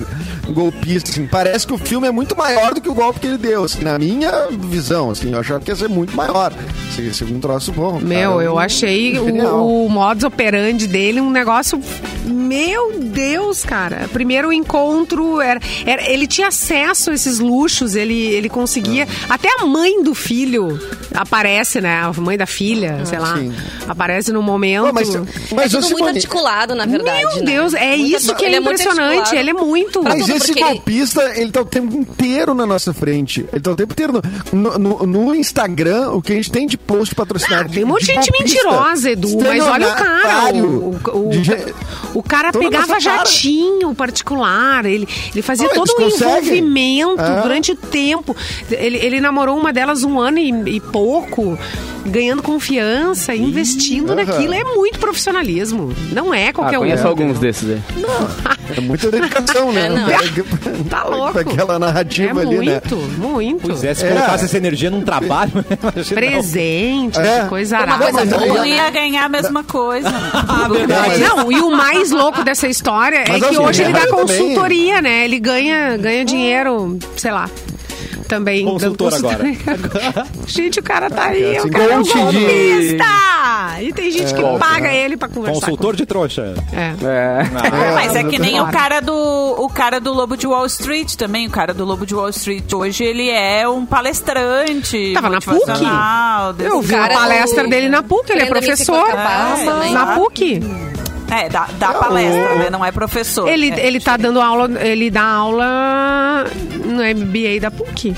S4: golpista, assim. Parece que o filme é muito maior do que o golpe que ele deu, assim, na minha visão, assim, eu achava que ia ser muito maior. Assim, esse é um troço bom.
S3: Meu,
S4: cara,
S3: eu achei
S4: genial.
S3: o, o modus operandi dele um negócio. Meu Deus, cara. Primeiro o encontro, era, era- ele tinha acesso a esses luxos, ele, ele conseguia. Até a mãe do filho aparece, né? A mãe da filha, sei lá.
S4: sim.
S3: Aparece no momento.
S4: Pô, mas, mas
S6: é
S4: ô,
S6: tudo muito
S4: Simone,
S6: articulado, na verdade.
S3: Meu
S6: né?
S3: Deus, é
S6: Muito
S3: isso
S6: arti-
S3: que é
S6: ele muito
S3: impressionante.
S6: articulado.
S3: ele é muito.
S6: Pra
S4: Mas
S6: tudo,
S4: esse
S6: porque ele-
S4: golpista, ele tá o tempo inteiro na nossa frente. Ele tá o tempo inteiro. No, no- no Instagram, o que a gente tem de post patrocinado.
S3: Ah, tem um monte de gente mentirosa, Edu, mas olha o cara. O, o,
S4: De
S3: o-
S4: gen-
S3: o cara
S4: Toda
S3: pegava
S4: nossa cara.
S3: jatinho particular, ele, ele fazia
S4: Não,
S3: todo um
S4: eles conseguem.
S3: envolvimento
S4: É.
S3: durante o tempo. Ele, ele namorou uma delas um ano e, e pouco, ganhando confiança, investindo
S4: aham.
S3: naquilo. É muito profissionalismo. Não é qualquer
S5: Ah,
S3: um.
S5: conheço alguns desses aí.
S4: É muita dedicação, né?
S6: É, não.
S3: Tá louco.
S4: Aquela
S3: É
S4: narrativa ali, né?
S3: muito, muito.
S1: Pois é, se
S4: É.
S1: colocasse essa energia num trabalho, né? imagina.
S3: Presente,
S4: É.
S3: coisa
S6: Uma
S3: arada.
S6: coisa
S4: mas
S6: boa,
S2: Eu
S6: né?
S2: ia ganhar a mesma coisa. Ah,
S4: verdade. mas- é.
S3: Não, e o mais louco dessa história
S4: Mas
S3: é que
S4: assim,
S3: hoje ele dá
S4: eu também-
S3: consultoria, né? Ele ganha, ganha dinheiro, sei lá. Também. dando
S1: Consultor agora.
S3: consultoria. gente, o cara tá aí,
S4: assim,
S3: o cara é um
S4: monte de-
S3: golpista! E tem gente que
S4: golpe,
S3: paga
S4: né?
S3: ele pra conversar.
S1: Consultor de trouxa. Ah,
S3: com- É.
S5: É.
S2: É, mas é que nem o
S3: Claro.
S2: cara do o cara do Lobo de Wall Street também, o cara do Lobo de Wall Street hoje ele é um palestrante,
S3: Tava na
S2: motivacional, desse-
S3: Eu vi a
S6: cara do-
S3: palestra
S2: um
S3: dele na PUC, ele é
S6: Prenda-me se for
S3: professor.
S6: capaz
S2: também.
S3: na PUC.
S2: É, dá, dá palestra, né? Não é professor.
S3: Ele,
S2: é.
S3: ele tá dando aula, ele dá aula no MBA da PUC.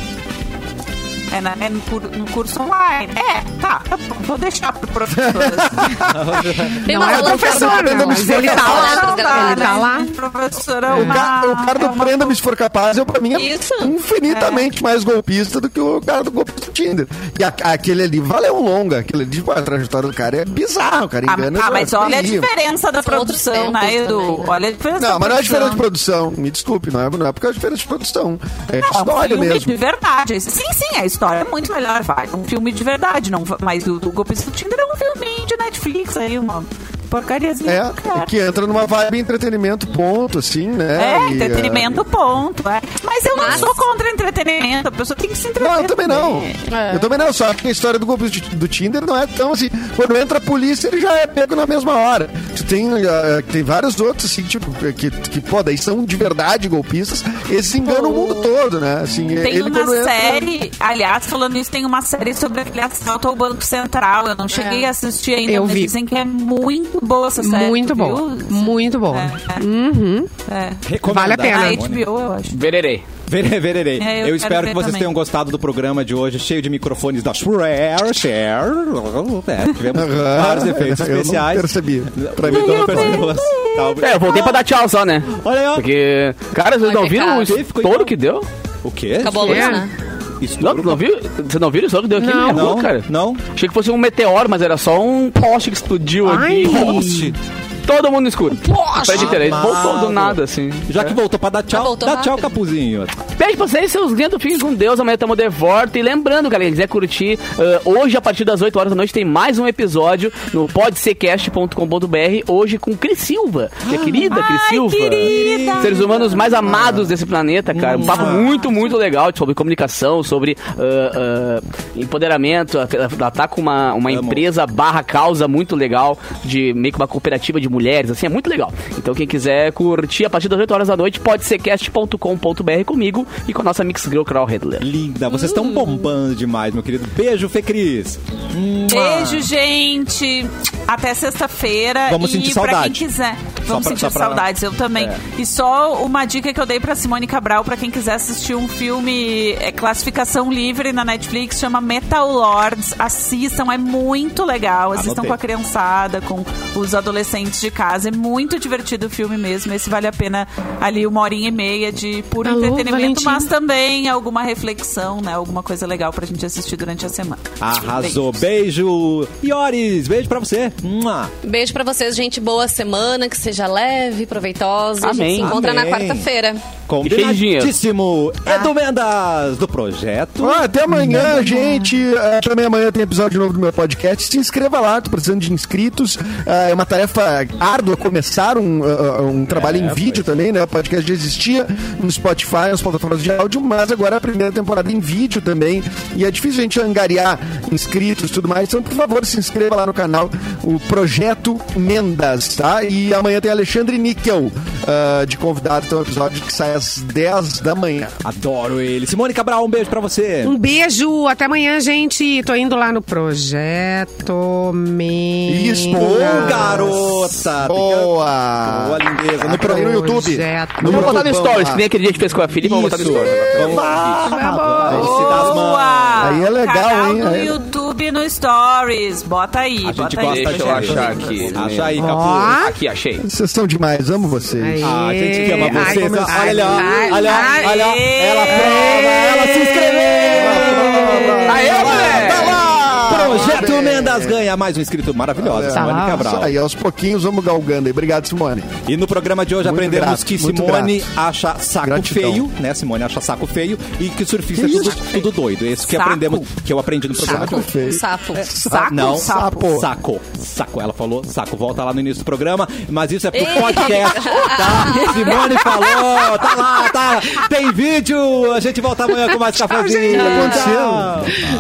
S2: É, na- é no, cur- no curso online. É, tá, tá bom, vou deixar pro professor. assim.
S6: Tem
S3: Não
S6: uma
S3: é
S6: aula que
S3: professor,
S6: eu quero
S3: né?
S6: dar.
S3: mas ele tá
S6: Não,
S3: lá.
S6: não dá,
S3: Ele tá
S2: né?
S3: lá.
S2: Professor é
S4: O, ca-
S2: uma-
S4: o cara do
S2: é uma-
S4: Prenda-me se for capaz, eu, pra mim, é
S6: Isso.
S3: É.
S4: infinitamente mais golpista do que o cara do golpe do Tinder. E a- aquele ali valeu um longa. Aquele ali, tipo, a trajetória do cara é bizarro, cara.
S2: Ah,
S3: tá,
S4: Engana,
S2: ah, mas
S4: é
S2: olha a
S4: terrível.
S2: diferença da
S6: São outros
S2: produção,
S6: tempos
S2: né, Edu?
S6: também, né?
S2: Olha a diferença
S4: Não,
S2: da
S4: mas não é diferença de
S2: produção.
S4: produção. Me desculpe, não é, não é porque é diferença de produção. É
S2: Não,
S4: história
S2: um filme
S4: mesmo.
S2: de verdade. Sim, sim, a história é muito melhor, vai. Um filme de verdade, não, mas o, o Golpista do Tinder é um filminho de Netflix aí, uma porcariazinha.
S4: É,
S2: cara.
S4: que entra numa vibe entretenimento, ponto, assim, né?
S2: É,
S4: E,
S2: entretenimento, ponto. é. Mas eu não
S6: Mas-
S2: sou contra entretenimento, a pessoa tem que se
S4: é.
S2: entreter.
S4: Não, eu também não.
S2: também.
S4: Eu também não, só acho que a história do golpe de- do Tinder não é tão assim. Quando entra a polícia, ele já é pego na mesma hora. Tu tem, ah, tem vários outros, assim, tipo, que, que pô, daí são de verdade golpistas. Eles enganam o mundo todo, né? Assim,
S2: Tem
S4: ele
S2: uma
S4: quando entra-
S2: série, aliás, falando isso, tem uma série sobre aquele assalto ao Banco Central. Eu não cheguei a assistir ainda,
S3: Eu
S2: mas
S3: vi.
S2: dizem que é muito boa essa série.
S3: Muito
S2: tu Tá
S3: boa.
S2: viu?
S3: Muito boa.
S2: É, É.
S1: Recomendado.
S3: Vale a pena.
S2: A
S3: Ana
S2: HBO, eu acho.
S5: Vererei.
S1: Vererei, vererei.
S2: É, eu
S1: eu
S2: quero
S1: espero que
S2: ver
S1: vocês
S2: também.
S1: tenham gostado do programa de hoje, cheio de microfones da Shure. Shure. É, tivemos
S4: Aham.
S1: vários efeitos
S4: Eu não
S1: especiais.
S4: percebi.
S1: Pra mim, duas pessoas. Tá,
S5: É, eu voltei pra dar tchau só, né?
S1: Olha aí, ó.
S5: Porque, cara, vocês não viram o
S6: pecado.
S5: estouro que deu?
S1: O quê?
S6: Acabou a luz,
S3: É.
S6: né?
S5: Não,
S1: Estouro?
S5: não viu? Vocês não viram o estouro que deu aqui?
S3: Não.
S5: na minha rua,
S1: Não,
S5: cara.
S1: não.
S5: Achei que fosse um meteoro, mas era só um poste que explodiu
S3: Ai.
S5: aqui. Todo mundo no escuro. Poste! Ele voltou do nada, assim.
S1: Já que voltou pra dar
S6: Ah,
S1: tchau,
S6: voltou
S1: dá tchau,
S6: rápido.
S1: Capuzinho.
S5: Beijo pra vocês, seus lindos. Fiquem com Deus. Amanhã tamo de volta. E lembrando, galera, quem quiser curtir, ah, hoje, a partir das 8 horas da noite, tem mais um episódio no podsercast.com.br. Hoje com Cris Silva. Minha querida Cris Silva.
S2: querida!
S5: Seres humanos mais amados desse planeta, cara. Um papo muito, muito legal sobre comunicação, sobre ah, ah, empoderamento. Ela tá com uma, uma
S1: Amo.
S5: empresa barra causa muito legal, de meio que uma cooperativa de mulheres, assim, é muito legal. Então quem quiser curtir a partir das 8 horas da noite, pode ser cast.com.br comigo e com a nossa Mix Girl Carol Handler.
S1: Linda, vocês
S2: Hum.
S1: estão bombando demais, meu querido. Beijo, Fê Cris.
S2: Beijo, gente. Até sexta-feira.
S1: Vamos
S2: e
S1: sentir
S2: pra
S1: saudade.
S2: quem quiser. Vamos
S1: pra-
S2: sentir
S1: só pra-
S2: saudades, eu também.
S1: É.
S2: E só uma dica que eu dei pra Simone Cabral, pra quem quiser assistir um filme é, classificação livre na Netflix, chama Metal Lords. Assistam, é muito legal. Assistam
S1: Anotei.
S2: com a criançada, com os adolescentes de casa. É muito divertido o filme mesmo. Esse vale a pena ali uma horinha e meia de puro
S3: Alô,
S2: entretenimento,
S3: Valentim.
S2: mas também alguma reflexão, né? Alguma coisa legal pra gente assistir durante a semana.
S1: Arrasou. Beijo. Ioris, beijo pra você. Mua.
S6: Beijo pra vocês, gente. Boa semana, que seja leve, proveitosa. A gente
S5: Amém.
S6: se encontra
S1: Amém.
S6: na quarta-feira.
S1: Combinadíssimo.
S2: Tá.
S1: Edu Mendas, do projeto.
S4: Ó, Ah, até amanhã, gente. É, também amanhã tem episódio novo do meu podcast. Se inscreva lá, tô precisando de inscritos. É uma tarefa árdua começar um, uh, um trabalho em vídeo também, né? O podcast já existia no Spotify, nas plataformas de áudio, mas agora é a primeira temporada em vídeo também. E é difícil a gente angariar inscritos e tudo mais. Então, por favor, se inscreva lá no canal, o Projeto Mendas, tá? E amanhã tem Alexandre Níquel uh, de convidado. Tem um episódio que sai às 10 da manhã.
S1: Adoro ele. Simone Cabral, um beijo pra você.
S3: Um beijo, até amanhã, gente. Tô indo lá no projeto Mendes.
S4: Isso,
S1: Ô, garota.
S4: Boa!
S1: Boa lindeza. No
S4: Pra ir no YouTube.
S3: Projeto.
S4: No
S5: Vamos botar no
S4: YouTube,
S5: Stories,
S4: lá.
S5: que nem aquele dia que fez com a Felipe, vamos botar no
S1: Isso.
S5: Stories.
S1: Vamos.
S3: Vamos.
S1: Se dá as mãos.
S2: Boa!
S4: Aí é legal,
S2: Canal
S4: hein?
S2: no
S4: Aí-
S2: YouTube no Stories. Bota aí,
S1: A gente
S2: bota
S1: gosta
S2: aí.
S1: de
S5: Deixa eu
S2: projeto.
S5: achar aqui. ah,
S1: Acha aí, Capu.
S3: Ó.
S5: Aqui, achei.
S4: Vocês são demais, amo vocês.
S3: Aí.
S1: Ah, a gente que ama
S3: Ai,
S1: vocês.
S3: ai,
S1: Olha lá,
S3: ai,
S1: olha lá,
S3: ai.
S1: olha lá. Ela prova, ela se inscreveu.
S5: Aê, moleque!
S1: Vai lá! Projeto
S4: Aê.
S1: Mendas ganha mais um inscrito
S4: É,
S1: maravilhoso, Simone
S3: Tá.
S1: Cabral.
S4: Isso aí, aos pouquinhos vamos galgando aí. Obrigado, Simone.
S1: E no programa de hoje
S4: Muito
S1: aprendemos
S4: grato,
S1: que
S4: muito
S1: Simone acha saco
S4: Gratidão.
S1: feio, né? Simone acha saco feio e que surfista é tudo, tudo doido. É isso que
S2: Saco.
S1: aprendemos, que eu aprendi no programa de
S4: Saco
S1: hoje.
S4: feio.
S6: Um Sapo.
S1: Ah,
S2: Saco,
S1: não,
S2: sapo.
S1: Saco. Saco. Ela falou saco. Volta lá no início do programa. Mas isso é pro podcast. Tá? Simone falou. Tá lá, tá. Tem vídeo. A gente volta amanhã com mais cafezinho.
S4: O que
S1: Tchau.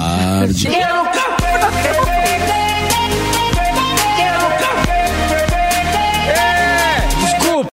S4: aconteceu?
S2: Eu não quero